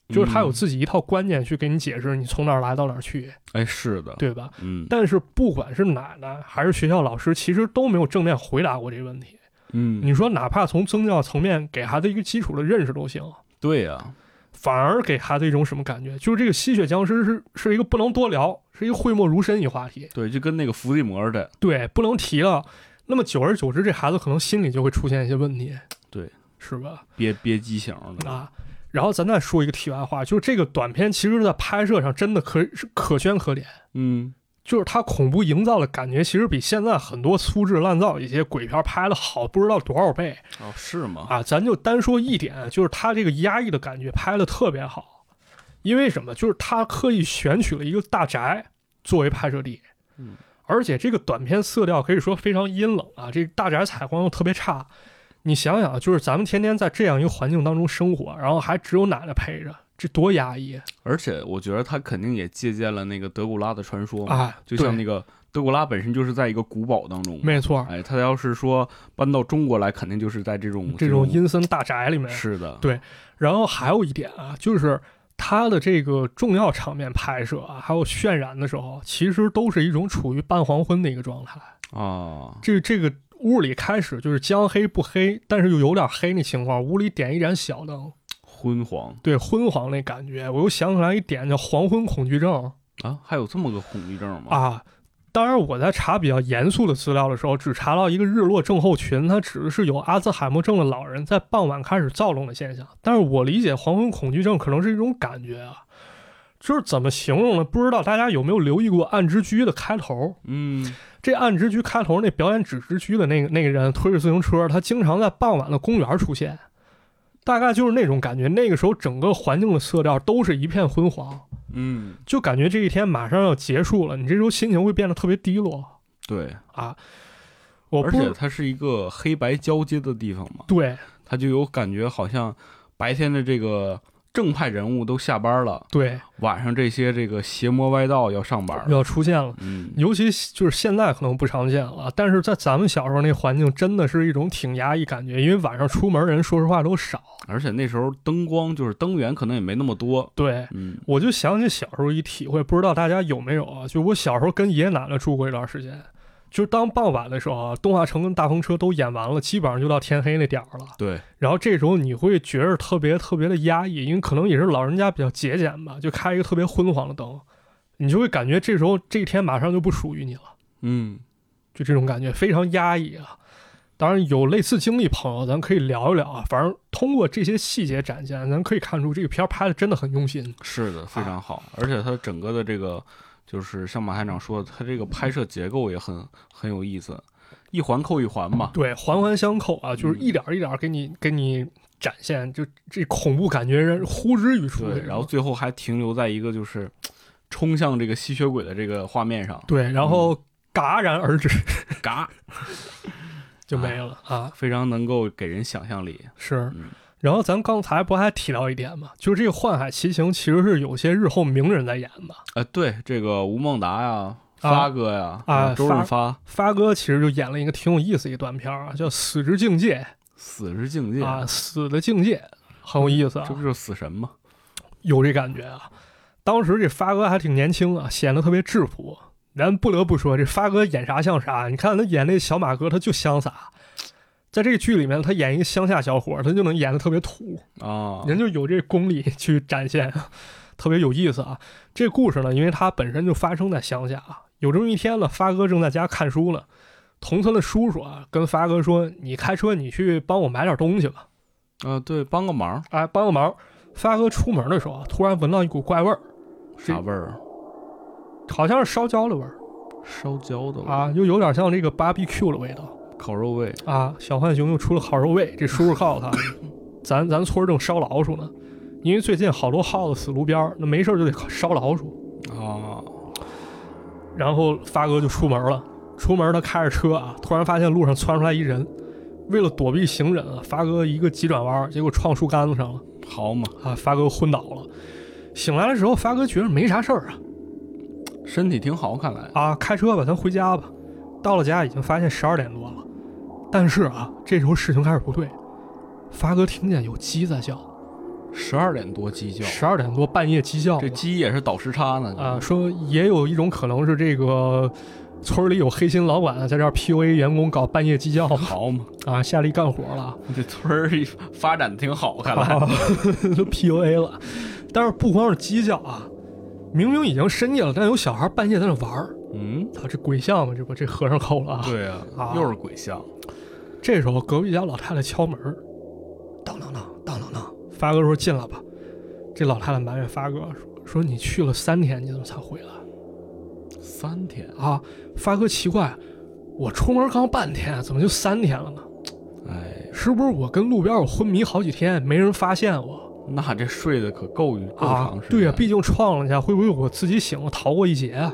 Speaker 2: 就
Speaker 1: 嗯
Speaker 2: 是他有自己一套观念去给你解释你从哪儿来到哪儿去，
Speaker 1: 嗯，哎，是的，
Speaker 2: 对吧？
Speaker 1: 嗯
Speaker 2: 但是不管是奶奶还是学校老师，其实都没有正面回答过这个问题。
Speaker 1: 嗯，
Speaker 2: 你说，哪怕从宗教层面给孩子一个基础的认识都行，
Speaker 1: 对呀、
Speaker 2: 反而给孩子一种什么感觉？就是这个吸血僵尸是是一个不能多聊，是一个讳莫如深一话题，
Speaker 1: 对，就跟那个伏地魔似的。
Speaker 2: 对，不能提了。那么久而久之，这孩子可能心里就会出现一些问题，
Speaker 1: 对，
Speaker 2: 是吧？
Speaker 1: 憋憋畸形的，
Speaker 2: 啊。然后咱再说一个题外话，就是这个短片其实在拍摄上真的可是可圈可点。
Speaker 1: 嗯，
Speaker 2: 就是它恐怖营造的感觉，其实比现在很多粗制滥造一些鬼片拍的好不知道多少倍
Speaker 1: 哦，是吗？
Speaker 2: 啊！咱就单说一点，就是它这个压抑的感觉拍的特别好。因为什么？就是他刻意选取了一个大宅作为拍摄地，
Speaker 1: 嗯，
Speaker 2: 而且这个短片色调可以说非常阴冷啊，这个大宅采光又特别差。你想想，就是咱们天天在这样一个环境当中生活，然后还只有奶奶陪着，这多压抑啊！
Speaker 1: 而且我觉得他肯定也借鉴了那个德古拉的传说嘛，
Speaker 2: 哎
Speaker 1: 就像
Speaker 2: 对
Speaker 1: 那个德古拉本身就是在一个古堡当中嘛。
Speaker 2: 没错，
Speaker 1: 哎，他要是说搬到中国来，肯定就是在这种
Speaker 2: 这种阴森大宅里面，
Speaker 1: 嗯是的，
Speaker 2: 对然后还有一点啊，就是它的这个重要场面拍摄啊，还有渲染的时候，其实都是一种处于半黄昏的一个状态。
Speaker 1: 啊，
Speaker 2: 这这个屋里开始就是将黑不黑，但是又有点黑那情况，屋里点一盏小灯，
Speaker 1: 昏黄
Speaker 2: 对昏黄那感觉，我又想起来一点叫黄昏恐惧症
Speaker 1: 啊，还有这么个恐惧症吗？
Speaker 2: 啊。当然，我在查比较严肃的资料的时候，只查到一个日落症候群，它指的是有阿兹海默症的老人在傍晚开始躁动的现象。但是我理解黄昏恐惧症可能是一种感觉啊，就是怎么形容呢？不知道大家有没有留意过《暗之居》的开头？
Speaker 1: 嗯，
Speaker 2: 这《暗之居》开头那表演纸之居的那个那个人推着自行车，他经常在傍晚的公园出现，大概就是那种感觉。那个时候整个环境的色调都是一片昏黄，
Speaker 1: 嗯，
Speaker 2: 就感觉这一天马上要结束了，你这时候心情会变得特别低落
Speaker 1: 对，
Speaker 2: 啊。我
Speaker 1: 而
Speaker 2: 不
Speaker 1: 且它是一个黑白交接的地方嘛，
Speaker 2: 对
Speaker 1: 它就有感觉，好像白天的这个正派人物都下班了，
Speaker 2: 对
Speaker 1: 晚上这些这个邪魔歪道要上班了。
Speaker 2: 要出现了，
Speaker 1: 嗯，
Speaker 2: 尤其就是现在可能不常见了，但是在咱们小时候那环境真的是一种挺压抑感觉，因为晚上出门人说实话都少。
Speaker 1: 而且那时候灯光就是灯源可能也没那么多。
Speaker 2: 对，
Speaker 1: 嗯
Speaker 2: 我就想起小时候一体会，不知道大家有没有啊？就我小时候跟爷爷奶奶住过一段时间，就是当傍晚的时候啊，动画城跟大风车都演完了，基本上就到天黑那点儿了。
Speaker 1: 对，
Speaker 2: 然后这时候你会觉着特别特别的压抑，因为可能也是老人家比较节俭吧，就开一个特别昏黄的灯，你就会感觉这时候这一天马上就不属于你了，
Speaker 1: 嗯，
Speaker 2: 就这种感觉非常压抑啊。当然有类似经历朋友，咱可以聊一聊啊。反正通过这些细节展现，咱可以看出这个片儿拍的真的很用心。
Speaker 1: 是的，非常好。而且它整个的这个，就是像马探长说的，它这个拍摄结构也很很有意思，一环扣一环嘛。
Speaker 2: 对，环环相扣啊，
Speaker 1: 嗯
Speaker 2: 就是一点儿一点儿给你给你展现，就这恐怖感觉让人呼之欲出。
Speaker 1: <laughs> 对，然后最后还停留在一个就是冲向这个吸血鬼的这个画面上，
Speaker 2: 对，然
Speaker 1: 嗯
Speaker 2: 后戛然而
Speaker 1: <laughs>
Speaker 2: 止
Speaker 1: 嘎，
Speaker 2: 就没了啊。
Speaker 1: 非常能够给人想象力。
Speaker 2: 是
Speaker 1: 嗯，
Speaker 2: 然后咱刚才不还提到一点吗？就是这个《幻海奇行》其实是有些日后名人在演的
Speaker 1: 呃，对，这个吴孟达呀、发哥呀，
Speaker 2: 啊
Speaker 1: 周润发，
Speaker 2: 发哥其实就演了一个挺有意思一短片儿啊，叫《死之境界
Speaker 1: 死是境》界，
Speaker 2: 啊，死的境界很有意思啊
Speaker 1: 这，不就是死神吗？
Speaker 2: 有这感觉啊。当时这发哥还挺年轻啊，显得特别质朴。咱不得不说，这发哥演啥像啥。你看他演那小马哥，他就潇洒。在这个剧里面，他演一个乡下小伙儿，他就能演得特别土，
Speaker 1: 啊，
Speaker 2: 人就有这功力去展现，特别有意思啊。这故事呢，因为它本身就发生在乡下啊。有这么一天呢，发哥正在家看书呢，同村的叔叔啊跟发哥说：“你开车，你去帮我买点东西吧。”
Speaker 1: 啊，对，帮个忙，
Speaker 2: 哎，帮个忙。发哥出门的时候啊，突然闻到一股怪味儿，
Speaker 1: 啥味儿啊？
Speaker 2: 好像是烧焦的味儿
Speaker 1: 烧焦的味儿，
Speaker 2: 啊，又有点像这个 BBQ 的味道
Speaker 1: 烤肉味，
Speaker 2: 啊。小浣熊又出了烤肉味，这叔叔告诉他， <laughs> 咱咱村儿正烧老鼠呢，因为最近好多耗子死路边儿，那没事儿就得烧老鼠。
Speaker 1: 啊，
Speaker 2: 然后发哥就出门了，出门他开着车啊，突然发现路上窜出来一人，为了躲避行人啊，发哥一个急转弯，结果撞树杆子上了。
Speaker 1: 好嘛，
Speaker 2: 啊，发哥昏倒了。醒来的时候，发哥觉得没啥事儿啊，
Speaker 1: 身体挺好，看来
Speaker 2: 啊，开车吧，咱回家吧。到了家已经发现十二点多了，但是啊，这时候事情开始不对。发哥听见有鸡在叫，
Speaker 1: 十二点多鸡叫，
Speaker 2: 十二点多半夜鸡叫
Speaker 1: 这
Speaker 2: 嘛，
Speaker 1: 鸡也是倒时差呢，
Speaker 2: 啊，说也有一种可能是这个村里有黑心老板在这儿 PUA 员工搞半夜鸡叫嘛
Speaker 1: 好嘛，
Speaker 2: 啊，下力干活了，
Speaker 1: 这村儿发展的挺好，看来
Speaker 2: 啊、 <laughs> 都 PUA 了。但是不光是鸡叫啊，明明已经深夜了，但有小孩半夜在那玩儿，
Speaker 1: 嗯，
Speaker 2: 啊，这鬼像嘛，这不这和尚扣了啊。
Speaker 1: 对啊，
Speaker 2: 啊
Speaker 1: 又是鬼像，
Speaker 2: 这时候隔壁家老太太敲门儿，当当当当当当，发哥说进来吧。这老太太埋怨发哥说：“说你去了三天，你怎么才回来
Speaker 1: 三天，
Speaker 2: 啊？”发哥奇怪，我出门刚半天，怎么就三天了呢？
Speaker 1: 哎，
Speaker 2: 是不是我跟路边我昏迷好几天，没人发现我
Speaker 1: 那这睡的可够够
Speaker 2: 啊
Speaker 1: 长时？间，
Speaker 2: 对呀、毕竟撞了一下，会不会我自己醒了逃过一劫啊？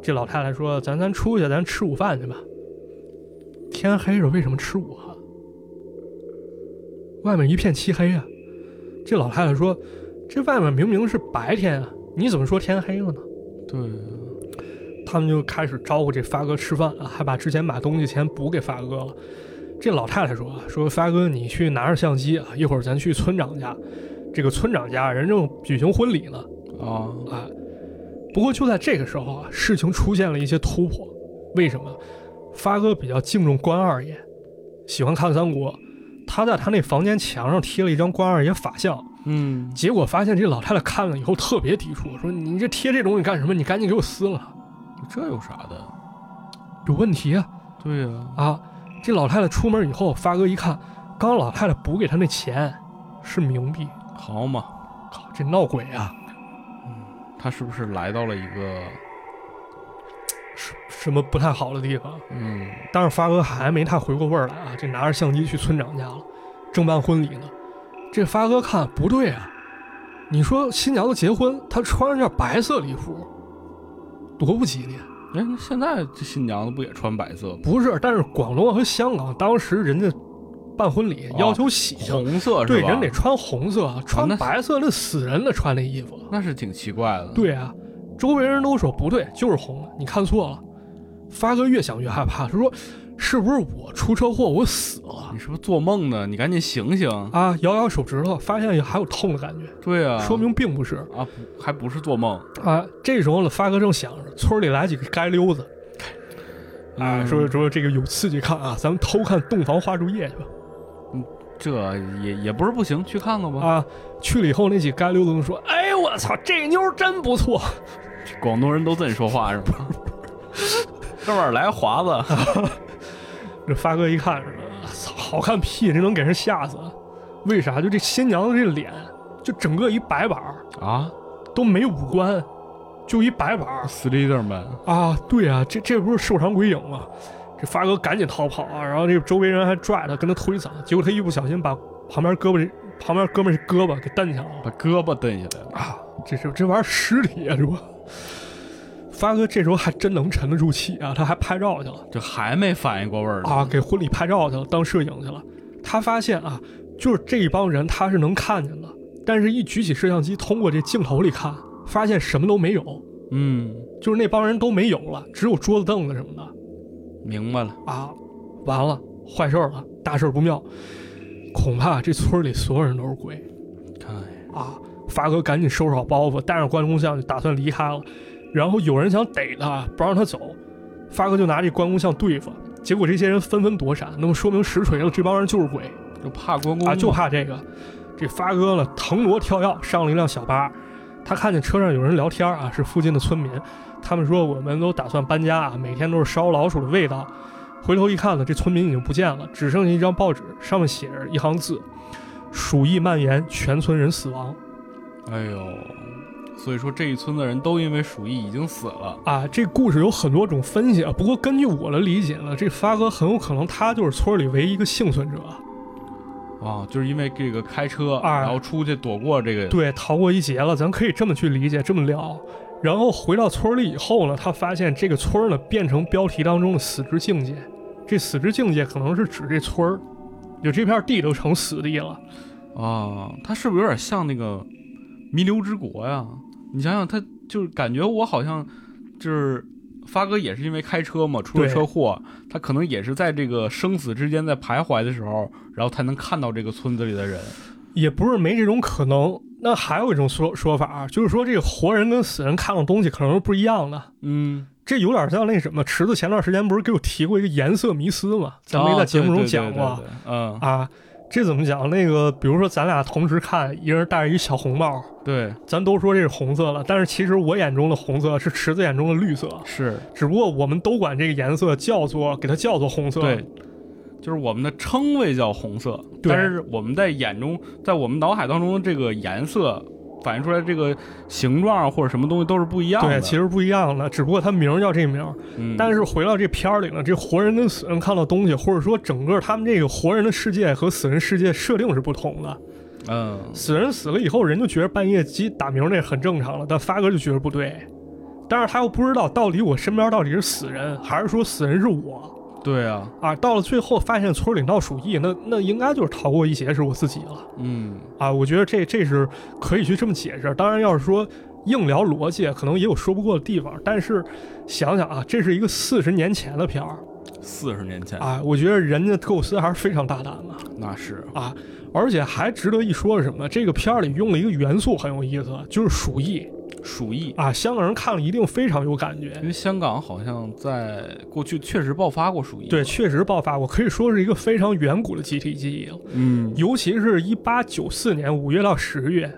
Speaker 2: 这老太太说：“咱咱出去，咱吃午饭去吧。”天黑了，为什么吃午饭？外面一片漆黑啊！这老太太说：“这外面明明是白天啊，你怎么说天黑了呢
Speaker 1: 对啊，？”
Speaker 2: 他们就开始招呼这发哥吃饭啊，还把之前买东西钱补给发哥了。这老太太说：“啊，说发哥，你去拿着相机啊，一会儿咱去村长家。这个村长家人正举行婚礼呢
Speaker 1: 啊，
Speaker 2: 啊。”不过就在这个时候啊，事情出现了一些突破。为什么？发哥比较敬重关二爷，喜欢看三国。他在他那房间墙上贴了一张关二爷法像，
Speaker 1: 嗯，
Speaker 2: 结果发现这老太太看了以后特别抵触，说：“你这贴这东西干什么？你赶紧给我撕了，
Speaker 1: 这有啥的？
Speaker 2: 有问题啊
Speaker 1: 对呀，！”
Speaker 2: 啊，这老太太出门以后，发哥一看，刚老太太补给他那钱是冥币，
Speaker 1: 好嘛，嗯
Speaker 2: 靠，这闹鬼啊！
Speaker 1: 他是不是来到了一个，
Speaker 2: 什什么不太好的地方？
Speaker 1: 嗯，
Speaker 2: 但是发哥还没太回过味儿来啊，这拿着相机去村长家了，正办婚礼呢。这发哥看不对啊，你说新娘子结婚，她穿着件白色礼服，多不吉利啊！
Speaker 1: 哎，那现在这新娘子不也穿白色吗？
Speaker 2: 不是，但是广东和香港当时人家办婚礼
Speaker 1: 哦
Speaker 2: 要求喜庆，
Speaker 1: 红色
Speaker 2: 对
Speaker 1: 是吧？
Speaker 2: 人得穿红色，啊，穿
Speaker 1: 那嗯是
Speaker 2: 白色那死人了，穿那衣服。
Speaker 1: 那是挺奇怪的。，
Speaker 2: 对啊，周围人都说不对，就是红了，你看错了。发哥越想越害怕，他说：“是不是我出车祸，我死了
Speaker 1: 你是不是做梦呢？你赶紧醒醒！
Speaker 2: 啊？”摇摇手指头，发现还有痛的感觉，
Speaker 1: 对啊，
Speaker 2: 说明并不是
Speaker 1: 啊，不还不是做梦
Speaker 2: 啊。这时候呢，发哥正想着，村里来几个街溜子，啊，
Speaker 1: 嗯
Speaker 2: 说说这个有刺激看啊，咱们偷看洞房花烛夜去吧。
Speaker 1: 这也也不是不行，去看看吧。
Speaker 2: 啊，去了以后那几街溜子都说：“哎，我操，这妞儿真不错
Speaker 1: 广东人都这么说话是
Speaker 2: <laughs>
Speaker 1: 吧？这玩意儿来华子，！”
Speaker 2: 这发哥一看，啊操，好看屁，这能给人吓死？为啥？就这新娘子这脸，就整个一白板儿，
Speaker 1: 啊
Speaker 2: 都没五官，就一白板儿
Speaker 1: ，Slenderman
Speaker 2: 啊！对啊，这这不是瘦长鬼影吗？这发哥赶紧逃跑啊，然后这周围人还拽他，跟他推搡，结果他一不小心把旁边胳膊这旁边哥们儿这胳膊给蹬下来了。
Speaker 1: 把胳膊蹬下来了，
Speaker 2: 啊，这是这玩意儿尸体啊，这不。发哥这时候还真能沉得住气啊，他还拍照去了
Speaker 1: 这还没反应过味儿呢。
Speaker 2: 啊，给婚礼拍照去了，当摄影去了。他发现啊，就是这一帮人他是能看见的，但是一举起摄像机，通过这镜头里看，发现什么都没有，
Speaker 1: 嗯，
Speaker 2: 就是那帮人都没有了，只有桌子凳子什么的
Speaker 1: 明白了，
Speaker 2: 啊，完了，坏事儿了，大事儿不妙，恐怕这村里所有人都是鬼
Speaker 1: 看来
Speaker 2: 啊！发哥赶紧收拾好包袱，带上关公像就打算离开了，然后有人想逮他，不让他走，发哥就拿这关公像对付，结果这些人纷纷躲闪，那么说明实锤了，这帮人就是鬼。
Speaker 1: 就怕关公
Speaker 2: 啊，就
Speaker 1: 嘛
Speaker 2: 怕这个。这发哥呢，腾挪跳跃上了一辆小巴，他看见车上有人聊天啊，是附近的村民，他们说我们都打算搬家啊，每天都是烧老鼠的味道。回头一看呢，这村民已经不见了，只剩下一张报纸，上面写着一行字：鼠疫蔓延，全村人死亡。
Speaker 1: 哎呦，所以说这一村的人都因为鼠疫已经死了。
Speaker 2: 啊，这故事有很多种分析啊，不过根据我的理解呢，这发哥很有可能他就是村里唯一一个幸存者，
Speaker 1: 哦，就是因为这个开车，
Speaker 2: 啊
Speaker 1: 然后出去躲过这个。
Speaker 2: 对，逃过一劫了，咱可以这么去理解，这么聊。然后回到村里以后呢，他发现这个村儿呢变成标题当中的死之境界，这死之境界可能是指这村儿，就这片地都成死地了。
Speaker 1: 哦，他是不是有点像那个弥留之国呀？你想想，他就是感觉我好像就是发哥也是因为开车嘛，出了
Speaker 2: 对
Speaker 1: 车祸，他可能也是在这个生死之间在徘徊的时候，然后才能看到这个村子里的人。
Speaker 2: 也不是没这种可能。那还有一种说说法啊，就是说这个活人跟死人看到东西可能是不一样的。
Speaker 1: 嗯，
Speaker 2: 这有点像那什么，池子前段时间不是给我提过一个颜色迷思嘛？咱们也在节目中讲过。
Speaker 1: 哦啊对对对对对嗯，
Speaker 2: 啊。这怎么讲？那个，比如说咱俩同时看，一人戴着一小红帽，
Speaker 1: 对，嗯
Speaker 2: 咱都说这是红色了，但是其实我眼中的红色是池子眼中的绿色，
Speaker 1: 是
Speaker 2: 只不过我们都管这个颜色叫做给它叫做红色。
Speaker 1: 对，就是我们的称谓叫红色，
Speaker 2: 对
Speaker 1: 但是我们在眼中，在我们脑海当中，这个颜色反映出来这个形状啊或者什么东西都是不一样的。
Speaker 2: 对，其实不一样的，只不过它名儿叫这名儿。
Speaker 1: 嗯，
Speaker 2: 但是回到这片儿里呢，这活人跟死人看到东西，或者说整个他们这个活人的世界和死人世界设定是不同的。
Speaker 1: 嗯，
Speaker 2: 死人死了以后，人就觉得半夜鸡打鸣那很正常了，但发哥就觉得不对，但是他又不知道到底我身边到底是死人，还是说死人是我。
Speaker 1: 对啊，
Speaker 2: 啊，到了最后发现村里闹鼠疫，那那应该就是逃过一劫是我自己了
Speaker 1: 嗯，
Speaker 2: 啊！我觉得这这是可以去这么解释。当然，要是说硬聊逻辑，可能也有说不过的地方。但是想想啊，这是一个四十年前的片儿
Speaker 1: 四十年前、
Speaker 2: 啊，我觉得人家构思还是非常大胆的。
Speaker 1: 那是，
Speaker 2: 而且还值得一说的是什么呢？这个片儿里用了一个元素很有意思，就是鼠疫
Speaker 1: 鼠疫，
Speaker 2: 啊，香港人看了一定非常有感觉。
Speaker 1: 因为香港好像在过去确实爆发过鼠疫。
Speaker 2: 对，，确实爆发过，可以说是一个非常远古的集体记忆了。
Speaker 1: 嗯，
Speaker 2: 尤其是一八九四年五月到十月，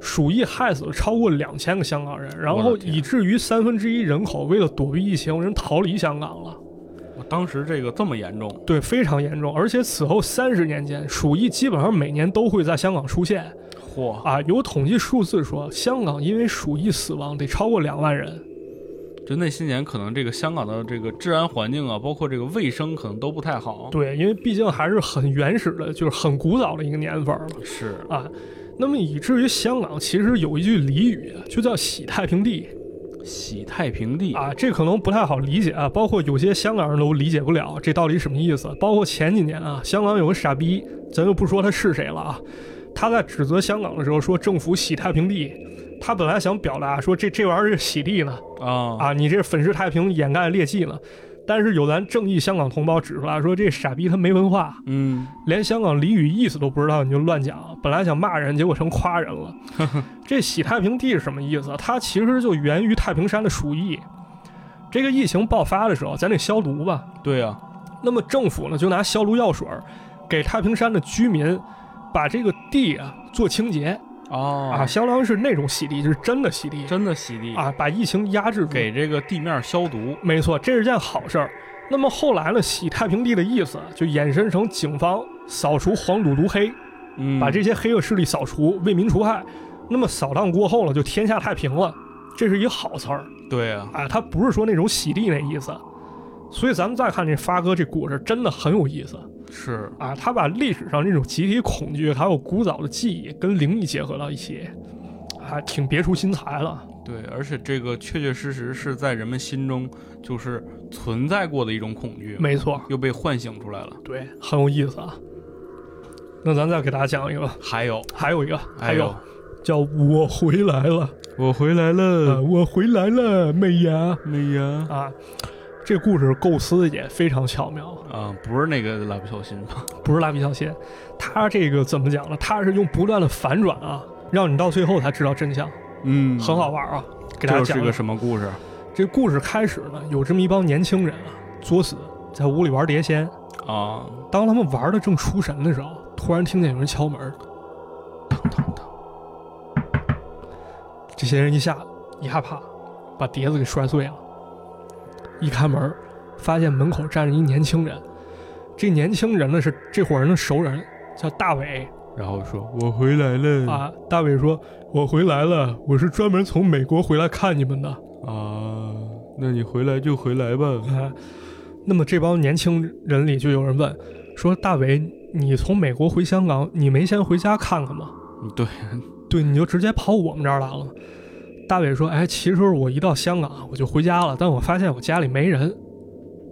Speaker 2: 鼠疫害死了超过两千个香港人，然后
Speaker 1: 我的天
Speaker 2: 以至于三分之一人口为了躲避疫情，人逃离香港了。
Speaker 1: 我当时这个这么严重，
Speaker 2: 对，非常严重。而且此后三十年间，鼠疫基本上每年都会在香港出现
Speaker 1: 嚯，
Speaker 2: 啊。有统计数字说，香港因为鼠疫死亡得超过两万人。
Speaker 1: 就那些年可能这个香港的这个治安环境啊，包括这个卫生可能都不太好。
Speaker 2: 对，因为毕竟还是很原始的，就是很古早的一个年份了
Speaker 1: 是，
Speaker 2: 啊。那么以至于香港其实有一句俚语，就叫“洗太平地”。
Speaker 1: 洗太平地，
Speaker 2: 啊，这可能不太好理解啊，包括有些香港人都理解不了这到底什么意思。包括前几年啊，香港有个傻逼，咱就不说他是谁了啊，他在指责香港的时候说政府洗太平地，他本来想表达说这这玩意儿是洗地呢，
Speaker 1: 啊
Speaker 2: 啊，你这粉饰太平掩盖劣迹呢。但是有咱正义香港同胞指出来说，这傻逼他没文化，
Speaker 1: 嗯，
Speaker 2: 连香港俚语意思都不知道，你就乱讲。本来想骂人，结果成夸
Speaker 1: <laughs>
Speaker 2: 人了。这洗太平地是什么意思啊？它其实就源于太平山的鼠疫。这个疫情爆发的时候，咱得消毒吧。
Speaker 1: 对啊，
Speaker 2: 那么政府呢，就拿消毒药水儿给太平山的居民把这个地啊做清洁啊，
Speaker 1: 啊，
Speaker 2: 相当于是那种洗地，就是真的洗地
Speaker 1: 真的洗地，
Speaker 2: 啊，把疫情压制住。
Speaker 1: 给这个地面消毒。
Speaker 2: 没错，这是件好事儿。那么后来呢，洗太平地的意思就衍生成警方扫除黄赌毒黑。
Speaker 1: 嗯
Speaker 2: 把这些黑恶势力扫除，为民除害。那么扫荡过后了，就天下太平了，这是一个好词儿
Speaker 1: 对啊，
Speaker 2: 啊，它不是说那种洗地那意思。所以咱们再看这发哥这故事，真的很有意思
Speaker 1: 是
Speaker 2: 啊！他把历史上这种集体恐惧，还有古早的记忆跟灵异结合到一起，还挺别出心裁了。
Speaker 1: 对，而且这个确确实实是在人们心中就是存在过的一种恐惧，
Speaker 2: 没错，
Speaker 1: 又被唤醒出来了。
Speaker 2: 对，很有意思啊。那咱再给大家讲一个，
Speaker 1: 还有，哎
Speaker 2: 还有一个，还有，叫我回来了，
Speaker 1: 我回来
Speaker 2: 呃，
Speaker 1: 了，
Speaker 2: 我回来了，妹呀
Speaker 1: 美呀！
Speaker 2: 啊！这故事构思也非常巧妙，
Speaker 1: 啊，不是那个蜡笔小新吧？
Speaker 2: 不是蜡笔小新，他这个怎么讲呢？他是用不断的反转啊，让你到最后才知道真相，
Speaker 1: 嗯
Speaker 2: 很好。玩啊！给
Speaker 1: 这
Speaker 2: 大家
Speaker 1: 又
Speaker 2: 讲
Speaker 1: 是
Speaker 2: 讲
Speaker 1: 个什么故事？
Speaker 2: 这故事开始呢，有这么一帮年轻人啊，作死在屋里玩碟仙。
Speaker 1: 啊，
Speaker 2: 当他们玩的正出神的时候，突然听见有人敲门，
Speaker 1: 当当当！
Speaker 2: 这些人一下一害怕，把碟子给摔碎了。一开门，发现门口站着一年轻人。这年轻人呢是这伙人的熟人，叫大伟
Speaker 1: 然后说我回来了
Speaker 2: 啊。大伟说：“我回来了，我是专门从美国回来看你们的。
Speaker 1: 啊，那你回来就回来吧。
Speaker 2: 啊”那么这帮年轻人里就有人问说：“大伟，你从美国回香港，你没先回家看看吗？”
Speaker 1: 对，
Speaker 2: 对，你就直接跑我们这儿来了。大伟说：“哎，其实我一到香港我就回家了，但我发现我家里没人，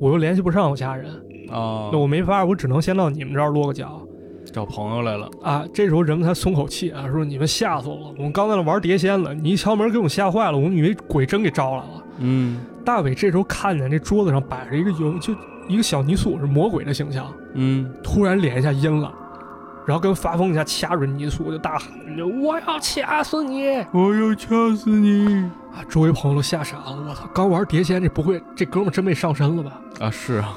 Speaker 2: 我又联系不上我家人，
Speaker 1: 啊，
Speaker 2: 那我没法，我只能先到你们这儿落个脚
Speaker 1: 找朋友来了。
Speaker 2: 啊。”这时候人们才松口气啊，说：“你们吓死我了，我们刚在那玩碟仙了，你一敲门给我们吓坏了，我们以为鬼真给招来了。
Speaker 1: 嗯”
Speaker 2: 大伟这时候看见这桌子上摆着一个有就一个小泥塑，是魔鬼的形象，
Speaker 1: 嗯，
Speaker 2: 突然脸一下阴了，然后跟发疯一下掐住泥塑，就大喊着：“我要掐死你！”
Speaker 1: 我要掐死你
Speaker 2: 啊，周围朋友都吓傻了。我操，刚玩碟仙，这不会这哥们儿真被上身了吧？
Speaker 1: 啊！是啊，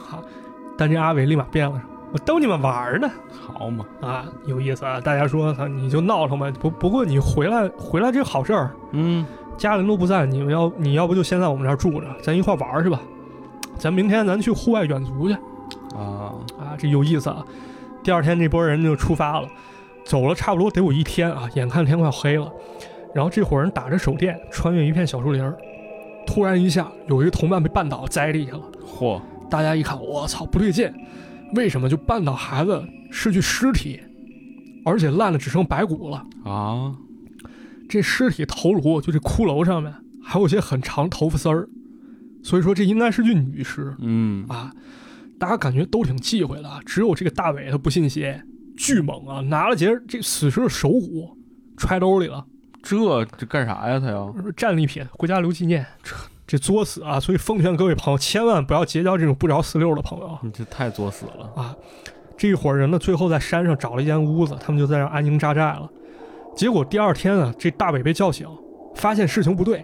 Speaker 2: 但这阿伟立马变了，我逗你们玩儿呢
Speaker 1: 好嘛，
Speaker 2: 啊，有意思啊！大家说，操，你就闹腾吧。不不过你回来回来这个好事儿，
Speaker 1: 嗯，
Speaker 2: 家人都不在，你们要你要不就先在我们这儿住着，咱一块儿玩儿去吧。咱明天咱去户外远足去
Speaker 1: 啊，
Speaker 2: 啊，这有意思啊！第二天这波人就出发了，走了差不多得有一天啊，眼看天快黑了，然后这伙人打着手电穿越一片小树林儿，突然一下有一个同伴被绊倒栽地下了，
Speaker 1: 嚯，
Speaker 2: 大家一看，我操，不对劲，为什么就绊倒孩子是具尸体，而且烂的只剩白骨了？
Speaker 1: 啊，
Speaker 2: 这尸体头颅就这骷髅上面还有一些很长头发丝儿，所以说这应该是具女尸。
Speaker 1: 嗯，
Speaker 2: 啊，大家感觉都挺忌讳的啊，只有这个大伟他不信邪，巨猛啊，拿了截这死尸的手骨揣兜里了，
Speaker 1: 这这干啥呀？他要
Speaker 2: 战利品回家留纪念。这这作死啊！所以奉劝各位朋友，千万不要结交这种不着四六的朋友啊
Speaker 1: 你这太作死了。
Speaker 2: 啊！这一伙人呢，最后在山上找了一间屋子，他们就在那儿安营扎寨了。结果第二天啊，这大伟被叫醒，发现事情不对，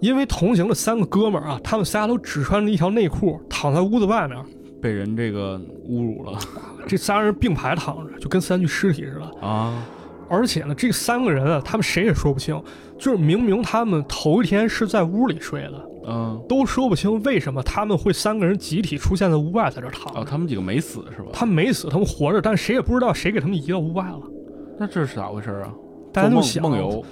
Speaker 2: 因为同行的三个哥们儿啊，他们仨都只穿着一条内裤，躺在屋子外面，
Speaker 1: 被人这个侮辱了
Speaker 2: 这仨人并排躺着，就跟三具尸体似的。
Speaker 1: 啊！
Speaker 2: 而且呢，这三个人啊，他们谁也说不清，就是明明他们头一天是在屋里睡的，
Speaker 1: 嗯，
Speaker 2: 都说不清为什么他们会三个人集体出现在屋外，在这躺
Speaker 1: 哦，
Speaker 2: 着。
Speaker 1: 他们几个没死是吧？
Speaker 2: 他们没死，他们活着，但谁也不知道谁给他们移到屋外了。
Speaker 1: 那这是咋回事啊？
Speaker 2: 大家
Speaker 1: 做梦
Speaker 2: 就想，
Speaker 1: 梦游，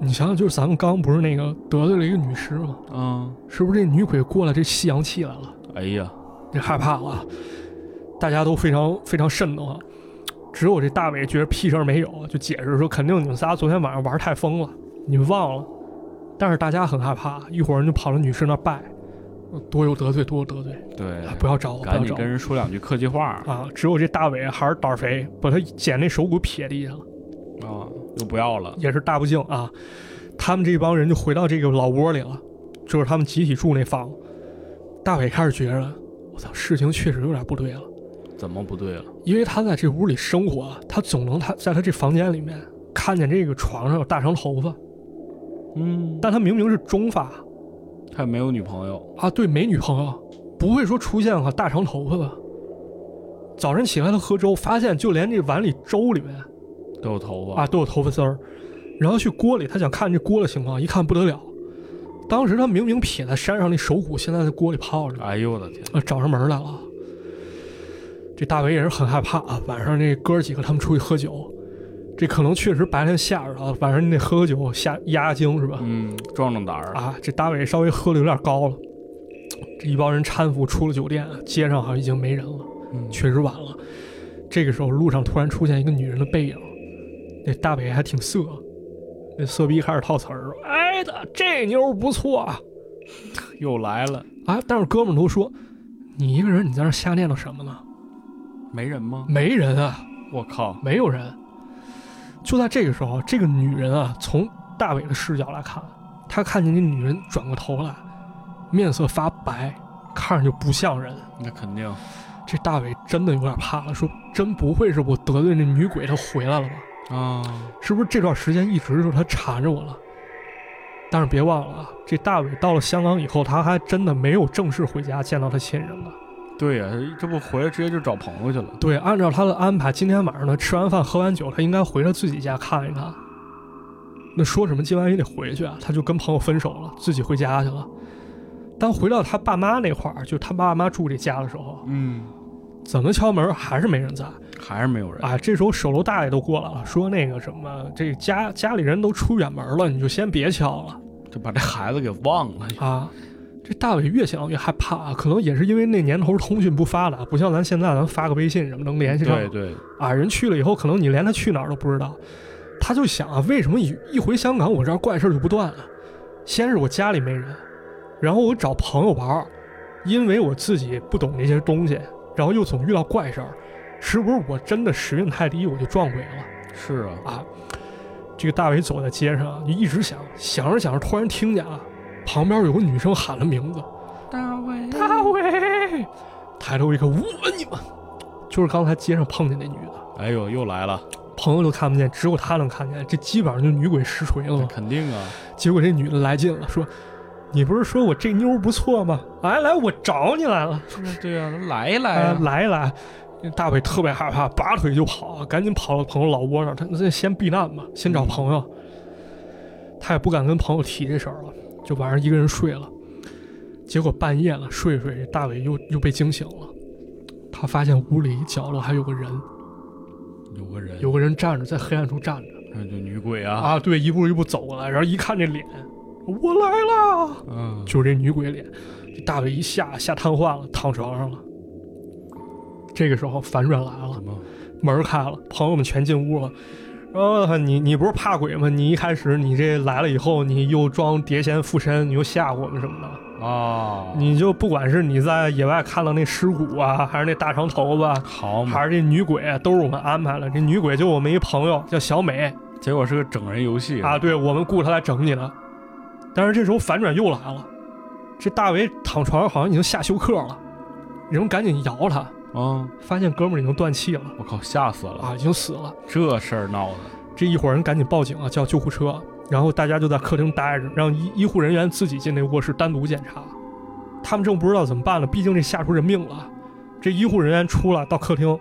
Speaker 2: 你想想，就是咱们刚刚不是那个得罪了一个女尸吗？
Speaker 1: 嗯，
Speaker 2: 是不是这女鬼过来，这吸阳气来了？
Speaker 1: 哎呀，
Speaker 2: 这害怕了，大家都非常非常瘆得慌。只有这大伟觉得屁事儿没有，就解释说肯定你们仨昨天晚上玩太疯了，你们忘了。但是大家很害怕，一伙人就跑到女士那儿拜，多有得罪，多有得罪，
Speaker 1: 对，
Speaker 2: 不要找我，不
Speaker 1: 哎赶
Speaker 2: 要
Speaker 1: 紧
Speaker 2: 找
Speaker 1: 跟
Speaker 2: 我
Speaker 1: 人说两句客气话啊，
Speaker 2: 啊！只有这大伟还是胆儿肥，把他捡那手骨撇地下了，
Speaker 1: 就啊不要了。
Speaker 2: 也是大不敬啊。他们这帮人就回到这个老窝里了，就是他们集体住那房。大伟开始觉着，我操，事情确实有点不对了。
Speaker 1: 怎么不对了？
Speaker 2: 因为他在这屋里生活啊，他总能他在他这房间里面看见这个床上有大长头发，
Speaker 1: 嗯，
Speaker 2: 但他明明是中发
Speaker 1: 他也没有女朋友
Speaker 2: 啊，对，没女朋友，不会说出现啊大长头发吧？早晨起来他喝粥，发现就连这碗里粥里面
Speaker 1: 都有头发
Speaker 2: 啊都有头发丝儿，然后去锅里，他想看这锅的情况，一看不得了，当时他明明撇在山上那手骨，现在在锅里泡着呢。
Speaker 1: 哎呦我的天！
Speaker 2: 呃，找上门来了。这大伟也是很害怕啊，晚上这哥儿几个他们出去喝酒，这可能确实白天吓着了，晚上你得喝喝酒吓压压惊是吧？
Speaker 1: 嗯，壮壮胆儿
Speaker 2: 啊，这大伟稍微喝的有点高了，这一帮人搀扶出了酒店，街上好像已经没人了，
Speaker 1: 嗯
Speaker 2: 确实晚了。这个时候路上突然出现一个女人的背影，那大伟还挺色，那色逼开始套词儿说：“哎的，这妞儿不错啊。”
Speaker 1: 又来了，
Speaker 2: 啊，但是哥们儿都说，你一个人你在那儿瞎念叨什么呢？
Speaker 1: 没人吗？嗯
Speaker 2: 没人啊，
Speaker 1: 我靠！
Speaker 2: 没有人。就在这个时候，这个女人啊，从大伟的视角来看，他看见这女人转过头来，面色发白，看着就不像人。
Speaker 1: 那肯定，
Speaker 2: 这大伟真的有点怕了，说真不会是我得罪那女鬼，她回来了吧？
Speaker 1: 啊，
Speaker 2: 是不是这段时间一直就是他缠着我了？但是别忘了啊，这大伟到了香港以后，他还真的没有正式回家见到他亲人了。
Speaker 1: 对呀、这不回来直接就找朋友去了。
Speaker 2: 对，按照他的安排，今天晚上呢，吃完饭喝完酒，他应该回他自己家看一看。那说什么今晚也得回去啊，他就跟朋友分手了，自己回家去了。当回到他爸妈那块儿，就他爸妈住这家的时候，
Speaker 1: 嗯，
Speaker 2: 怎么敲门还是没人在。
Speaker 1: 还是没有人。
Speaker 2: 啊，这时候守楼大爷都过来了，说那个什么，这家家里人都出远门了，你就先别敲了
Speaker 1: 就把这孩子给忘了。
Speaker 2: 啊。这大伟越想越害怕啊，可能也是因为那年头通讯不发达，不像咱现在咱发个微信什么 <laughs> 能联系上
Speaker 1: 对对，
Speaker 2: 啊。人去了以后，可能你连他去哪儿都不知道。他就想啊，为什么一一回香港，我这儿怪事儿就不断了？啊先是我家里没人，然后我找朋友玩儿，因为我自己不懂那些东西，然后又总遇到怪事儿，是不是我真的时运太低，我就撞鬼了？
Speaker 1: 是啊，
Speaker 2: 啊，这个大伟走在街上啊，就一直想，想着想着，突然听见啊，旁边有个女生喊了名字
Speaker 1: 大卫：“
Speaker 2: 大伟！”抬头一看，我你们，就是刚才街上碰见那女的。
Speaker 1: 哎呦，又来了，
Speaker 2: 朋友都看不见，只有他能看见，这基本上就女鬼实锤
Speaker 1: 那
Speaker 2: 了嘛。
Speaker 1: 肯定啊，
Speaker 2: 结果这女的来劲了，说：“你不是说我这妞儿不错吗？来来，我找你来了，
Speaker 1: 对呀、来一
Speaker 2: 哎
Speaker 1: 来、啊，
Speaker 2: 来一来。”大伟特别害怕，拔腿就跑，赶紧跑到朋友老窝那儿。他那先避难吧，先找朋友。他也不敢跟朋友提这事儿了，就晚上一个人睡了。结果半夜了，睡着睡着，大伟又又被惊醒了。他发现屋里角落还有个人，
Speaker 1: 有个人，
Speaker 2: 有个人站着，在黑暗处站着
Speaker 1: 那就女鬼啊，
Speaker 2: 啊，对，一步一步走过来，然后一看这脸，我来了，
Speaker 1: 嗯，
Speaker 2: 就是这女鬼脸。这大伟一下吓瘫痪了，躺床上了。这个时候反转来了
Speaker 1: 怎，么？
Speaker 2: 门开了，朋友们全进屋了。然后你你不是怕鬼吗？你一开始你这来了以后，你又装碟仙附身，你又吓唬我们什么的。
Speaker 1: 啊，
Speaker 2: 你就不管是你在野外看到那尸骨啊，还是那大长头发，
Speaker 1: 好嘛
Speaker 2: 还，是这女鬼，啊都是我们安排了。这女鬼就我们一朋友叫小美
Speaker 1: 结果是个整人游戏
Speaker 2: 啊，，对我们雇她来整你的。但是这时候反转又来了，这大伟躺床上好像已经下休克了，人们赶紧摇他，
Speaker 1: 嗯，
Speaker 2: 发现哥们儿已经断气了
Speaker 1: 我靠，吓死了，
Speaker 2: 啊，已经死了。
Speaker 1: 这事儿闹的，
Speaker 2: 这一伙人赶紧报警啊，叫救护车，然后大家就在客厅待着，让医医护人员自己进那卧室单独检查。他们正不知道怎么办了，毕竟这吓出人命了。这医护人员出来到客厅，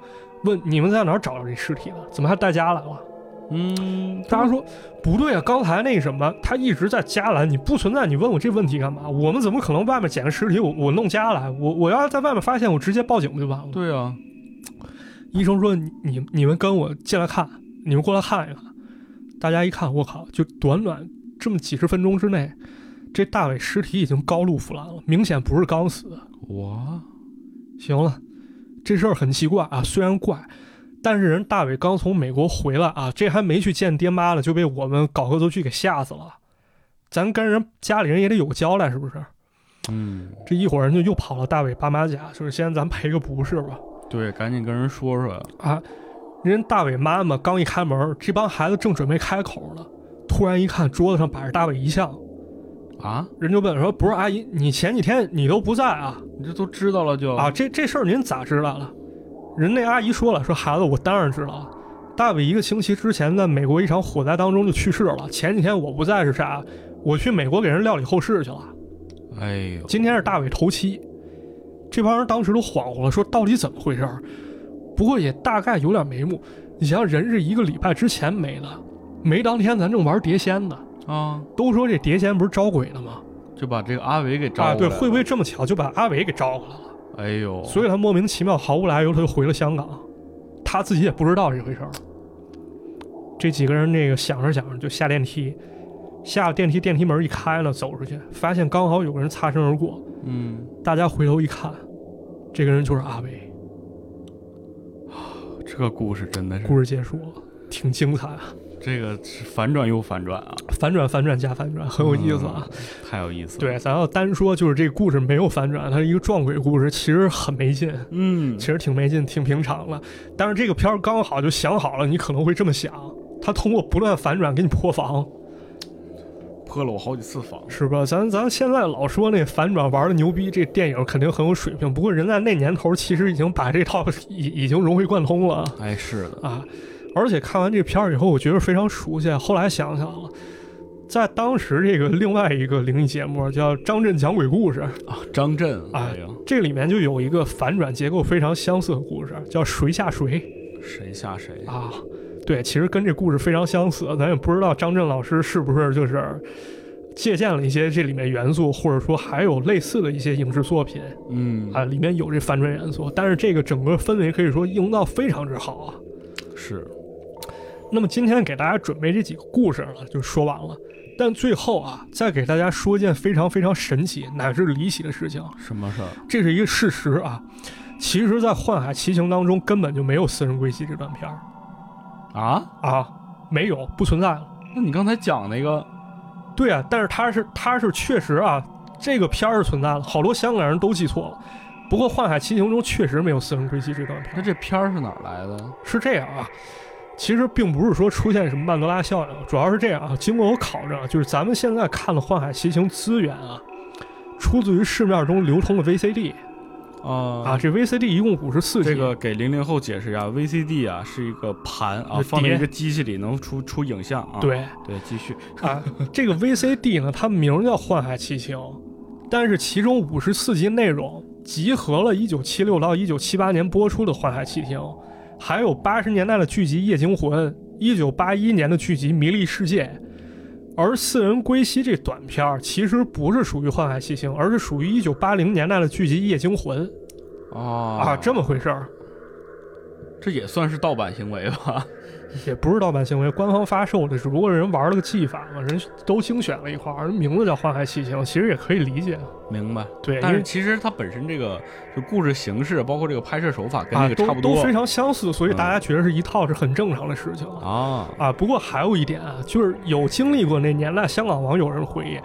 Speaker 2: 问你们在哪儿找到这尸体的？怎么还带家来了？
Speaker 1: 嗯，
Speaker 2: 大家说不对啊，刚才那什么，他一直在家来，你不存在，你问我这问题干嘛？我们怎么可能外面捡个尸体，我我弄家来？我我要是在外面发现，我直接报警不就完了吗？
Speaker 1: 对啊，
Speaker 2: 医生说：“你你你们跟我进来看，你们过来看一看。”大家一看，我靠！就短短这么几十分钟之内，这大伟尸体已经高度腐烂了，明显不是刚死的。
Speaker 1: 我
Speaker 2: 行了，这事儿很奇怪啊，虽然怪，但是人大伟刚从美国回来啊，这还没去见爹妈呢，就被我们搞恶作剧给吓死了。咱跟人家里人也得有个交代，是不是？
Speaker 1: 嗯，
Speaker 2: 这一伙人就又跑到大伟爸妈家，就是先咱赔个不是吧？
Speaker 1: 对，赶紧跟人说说，
Speaker 2: 啊，人大伟妈妈刚一开门，这帮孩子正准备开口呢，突然一看桌子上摆着大伟遗像，
Speaker 1: 啊，
Speaker 2: 人就问说：“不是阿姨，你前几天你都不在啊？
Speaker 1: 你这都知道了就
Speaker 2: 啊，，这这事儿您咋知道了？”人那阿姨说了：“说孩子，我当然知道啊。大伟一个星期之前在美国一场火灾当中就去世了。前几天我不在是啥？我去美国给人料理后事去了。
Speaker 1: 哎呦，
Speaker 2: 今天是大伟头七，这帮人当时都恍惚了，说到底怎么回事儿？不过也大概有点眉目。你想想，人是一个礼拜之前没的，没当天咱正玩碟仙呢，
Speaker 1: 啊，
Speaker 2: 都说这碟仙不是招鬼呢吗？
Speaker 1: 就把这个阿伟给招
Speaker 2: 啊，
Speaker 1: 过
Speaker 2: 对，
Speaker 1: 来
Speaker 2: 会
Speaker 1: 了
Speaker 2: 不会这么巧就把阿伟给招过来了？
Speaker 1: 哎呦，
Speaker 2: 所以他莫名其妙，毫无来由，他就回了香港，他自己也不知道这回事儿。这几个人那个想着想着就下电梯，下了电梯，电梯门一开了，走出去，发现刚好有个人擦身而过，
Speaker 1: 嗯，
Speaker 2: 大家回头一看，这个人就是阿伟。
Speaker 1: 这个故事真的是
Speaker 2: 故事结束了，挺精彩啊，
Speaker 1: 这个是反转又反转啊，嗯
Speaker 2: 反转、反转加反转，很有意思啊。
Speaker 1: 太有意思了。，
Speaker 2: 对，啊咱要单说就是这个故事没有反转，它是一个撞鬼故事，其实很没劲，
Speaker 1: 嗯
Speaker 2: 其，实挺没劲，挺平常的。但是这个片儿刚好就想好了，你可能会这么想，他通过不断反转给你破防，
Speaker 1: 破了我好几次防。
Speaker 2: 是吧？咱咱现在老说那反转玩的牛逼，这电影肯定很有水平。不过人在那年头其实已经把这套 <laughs> 已已经融会贯通了
Speaker 1: 哎，是的，
Speaker 2: 啊。而且看完这片儿以后，我觉得非常熟悉。后来想想啊，在当时这个另外一个灵异节目叫《张震讲鬼故事》，
Speaker 1: 啊，张震，
Speaker 2: 哎
Speaker 1: 哎呀，
Speaker 2: 这里面就有一个反转结构非常相似的故事，叫“谁下谁
Speaker 1: 谁吓谁”？
Speaker 2: 啊。对，其实跟这故事非常相似，咱也不知道张震老师是不是就是借鉴了一些这里面元素，或者说还有类似的一些影视作品
Speaker 1: 嗯，
Speaker 2: 啊，里面有这反转元素。但是这个整个氛围可以说营造非常之好啊。
Speaker 1: 是，
Speaker 2: 那么今天给大家准备这几个故事了，就说完了。但最后啊，再给大家说一件非常非常神奇乃至离奇的事情，
Speaker 1: 什么事儿？
Speaker 2: 这是一个事实啊。其实，在《幻海奇行》当中根本就没有《私人归西》这段片儿
Speaker 1: 啊？
Speaker 2: 啊，没有，不存在了。
Speaker 1: 那你刚才讲那个，
Speaker 2: 对啊，但是它是它是确实啊，这个片儿是存在了，好多香港人都记错了。不过，《幻海奇行》中确实没有《私人归西》这段片
Speaker 1: 那
Speaker 2: 儿。
Speaker 1: 这片儿是哪儿来的？
Speaker 2: 是这样啊，其实并不是说出现什么曼德拉效应，主要是这样啊。经过我考证啊，就是咱们现在看的《幻海奇行》资源啊，出自于市面中流通的 VCD
Speaker 1: 啊
Speaker 2: 啊，这 VCD 一共五十四
Speaker 1: 这个给零零后解释一下，VCD 啊是一个盘啊，
Speaker 2: 是
Speaker 1: 放在
Speaker 2: 碟
Speaker 1: 一个机器里能出出影像啊。
Speaker 2: 对。
Speaker 1: 对，继续。
Speaker 2: 啊，这个 VCD 呢，它名叫《幻海奇情》，但是其中五十四集内容集合了1976到1978年播出的《幻海奇情》，还有80年代的剧集《夜惊魂》，1981年的剧集《迷离世界》。而《四人归西》这短片儿其实不是属于《幻海奇情》，而是属于1980年代的剧集《夜惊魂》
Speaker 1: 哦
Speaker 2: 啊，这么回事儿，
Speaker 1: 这也算是盗版行为吧？ <laughs>
Speaker 2: 也不是盗版行为，官方发售的，只不过人玩了个技法嘛，人都精选了一块儿，人名字叫《幻海奇情》，其实也可以理解。
Speaker 1: 明白。
Speaker 2: 对，
Speaker 1: 但
Speaker 2: 因
Speaker 1: 是
Speaker 2: 为
Speaker 1: 其实它本身这个就故事形式，包括这个拍摄手法，跟
Speaker 2: 啊
Speaker 1: 那个
Speaker 2: 都
Speaker 1: 差不
Speaker 2: 都
Speaker 1: 多嗯
Speaker 2: 非常相似，所以大家觉得是一套是很正常的事情啊。
Speaker 1: 啊。
Speaker 2: 啊，不过还有一点啊，就是有经历过那年代，香港网友人回忆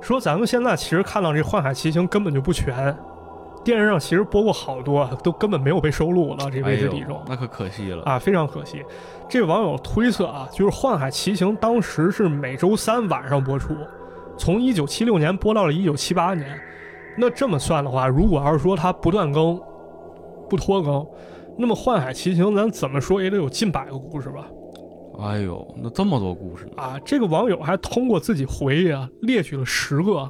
Speaker 2: 说，咱们现在其实看到这《幻海奇行》根本就不全，电视上其实播过好多，啊都根本没有被收录了这
Speaker 1: 哎
Speaker 2: VCD 中
Speaker 1: 呦，、那可可惜了。
Speaker 2: 啊，非常可惜。这网友推测啊，就是《幻海奇行》当时是每周三晚上播出，从一九七六年播到了一九七八年。那这么算的话，如果要是说它不断更、不拖更，那么《幻海奇行》咱怎么说也得有近百个故事吧？
Speaker 1: 哎呦，那这么多故事呢？
Speaker 2: 啊，这个网友还通过自己回忆啊，列举了十个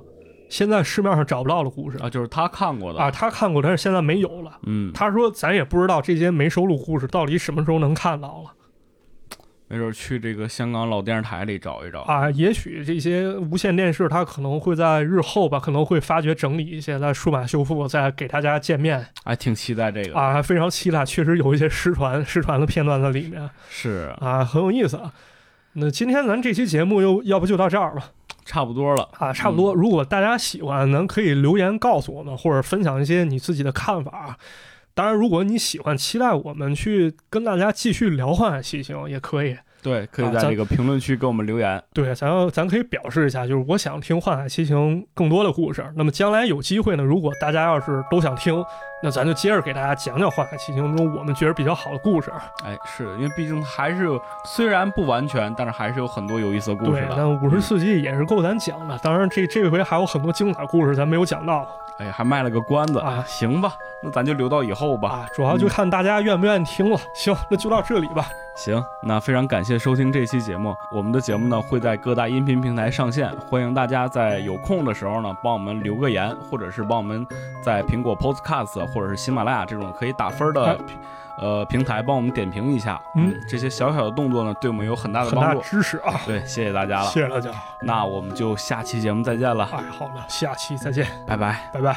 Speaker 2: 现在市面上找不到的故事
Speaker 1: 啊，就是他看过的
Speaker 2: 啊，。他看过，但是现在没有了。
Speaker 1: 嗯，
Speaker 2: 他说：“咱也不知道这些没收录故事到底什么时候能看到了。”
Speaker 1: 没准去这个香港老电视台里找一找。
Speaker 2: 啊，也许这些无线电视它可能会在日后吧，可能会发掘整理一些，在数码修复，再给大家见面
Speaker 1: 还挺期待这个。
Speaker 2: 啊，还非常期待。确实有一些失传失传的片段在里面
Speaker 1: 是，
Speaker 2: 啊，很有意思啊。那今天咱这期节目又要不就到这儿吧
Speaker 1: 差不多了。
Speaker 2: 啊，差不多。如果大家喜欢，咱可以留言告诉我们，或者分享一些你自己的看法。啊当然，如果你喜欢，期待我们去跟大家继续聊《幻海奇行》也可以。
Speaker 1: 对，可
Speaker 2: 啊
Speaker 1: 以在
Speaker 2: 咱
Speaker 1: 这个评论区给我们留言。
Speaker 2: 对，咱要咱可以表示一下，就是我想听《幻海奇行》更多的故事。那么将来有机会呢，如果大家要是都想听，那咱就接着给大家讲讲《幻海奇行》中我们觉得比较好的故事。
Speaker 1: 哎，是因为毕竟还是有虽然不完全，但是还是有很多有意思的故事嗯
Speaker 2: 对，
Speaker 1: 的。
Speaker 2: 那五十四集也是够咱讲的。当然这，这回还有很多精彩故事咱没有讲到
Speaker 1: 哎，还卖了个关子，
Speaker 2: 啊
Speaker 1: 行吧，那咱就留到以后吧。
Speaker 2: 啊，主要
Speaker 1: 嗯
Speaker 2: 就看大家愿不愿意听了。行，那就到这里吧。
Speaker 1: 行，那非常感谢收听这期节目。我们的节目呢会在各大音频平台上线，欢迎大家在有空的时候呢帮我们留个言，或者是帮我们在苹果 Podcast 或者是喜马拉雅这种可以打分
Speaker 2: 哎
Speaker 1: 的平。呃，平台帮我们点评一下，
Speaker 2: 嗯，
Speaker 1: 这些小小的动作呢，对我们有很大的
Speaker 2: 很
Speaker 1: 帮
Speaker 2: 大
Speaker 1: 助。
Speaker 2: 支持啊，
Speaker 1: 对，谢谢大家了，
Speaker 2: 谢谢大家。
Speaker 1: 那我们就下期节目再见了，
Speaker 2: 哎，好了，下期再见，
Speaker 1: 拜拜。
Speaker 2: 拜拜。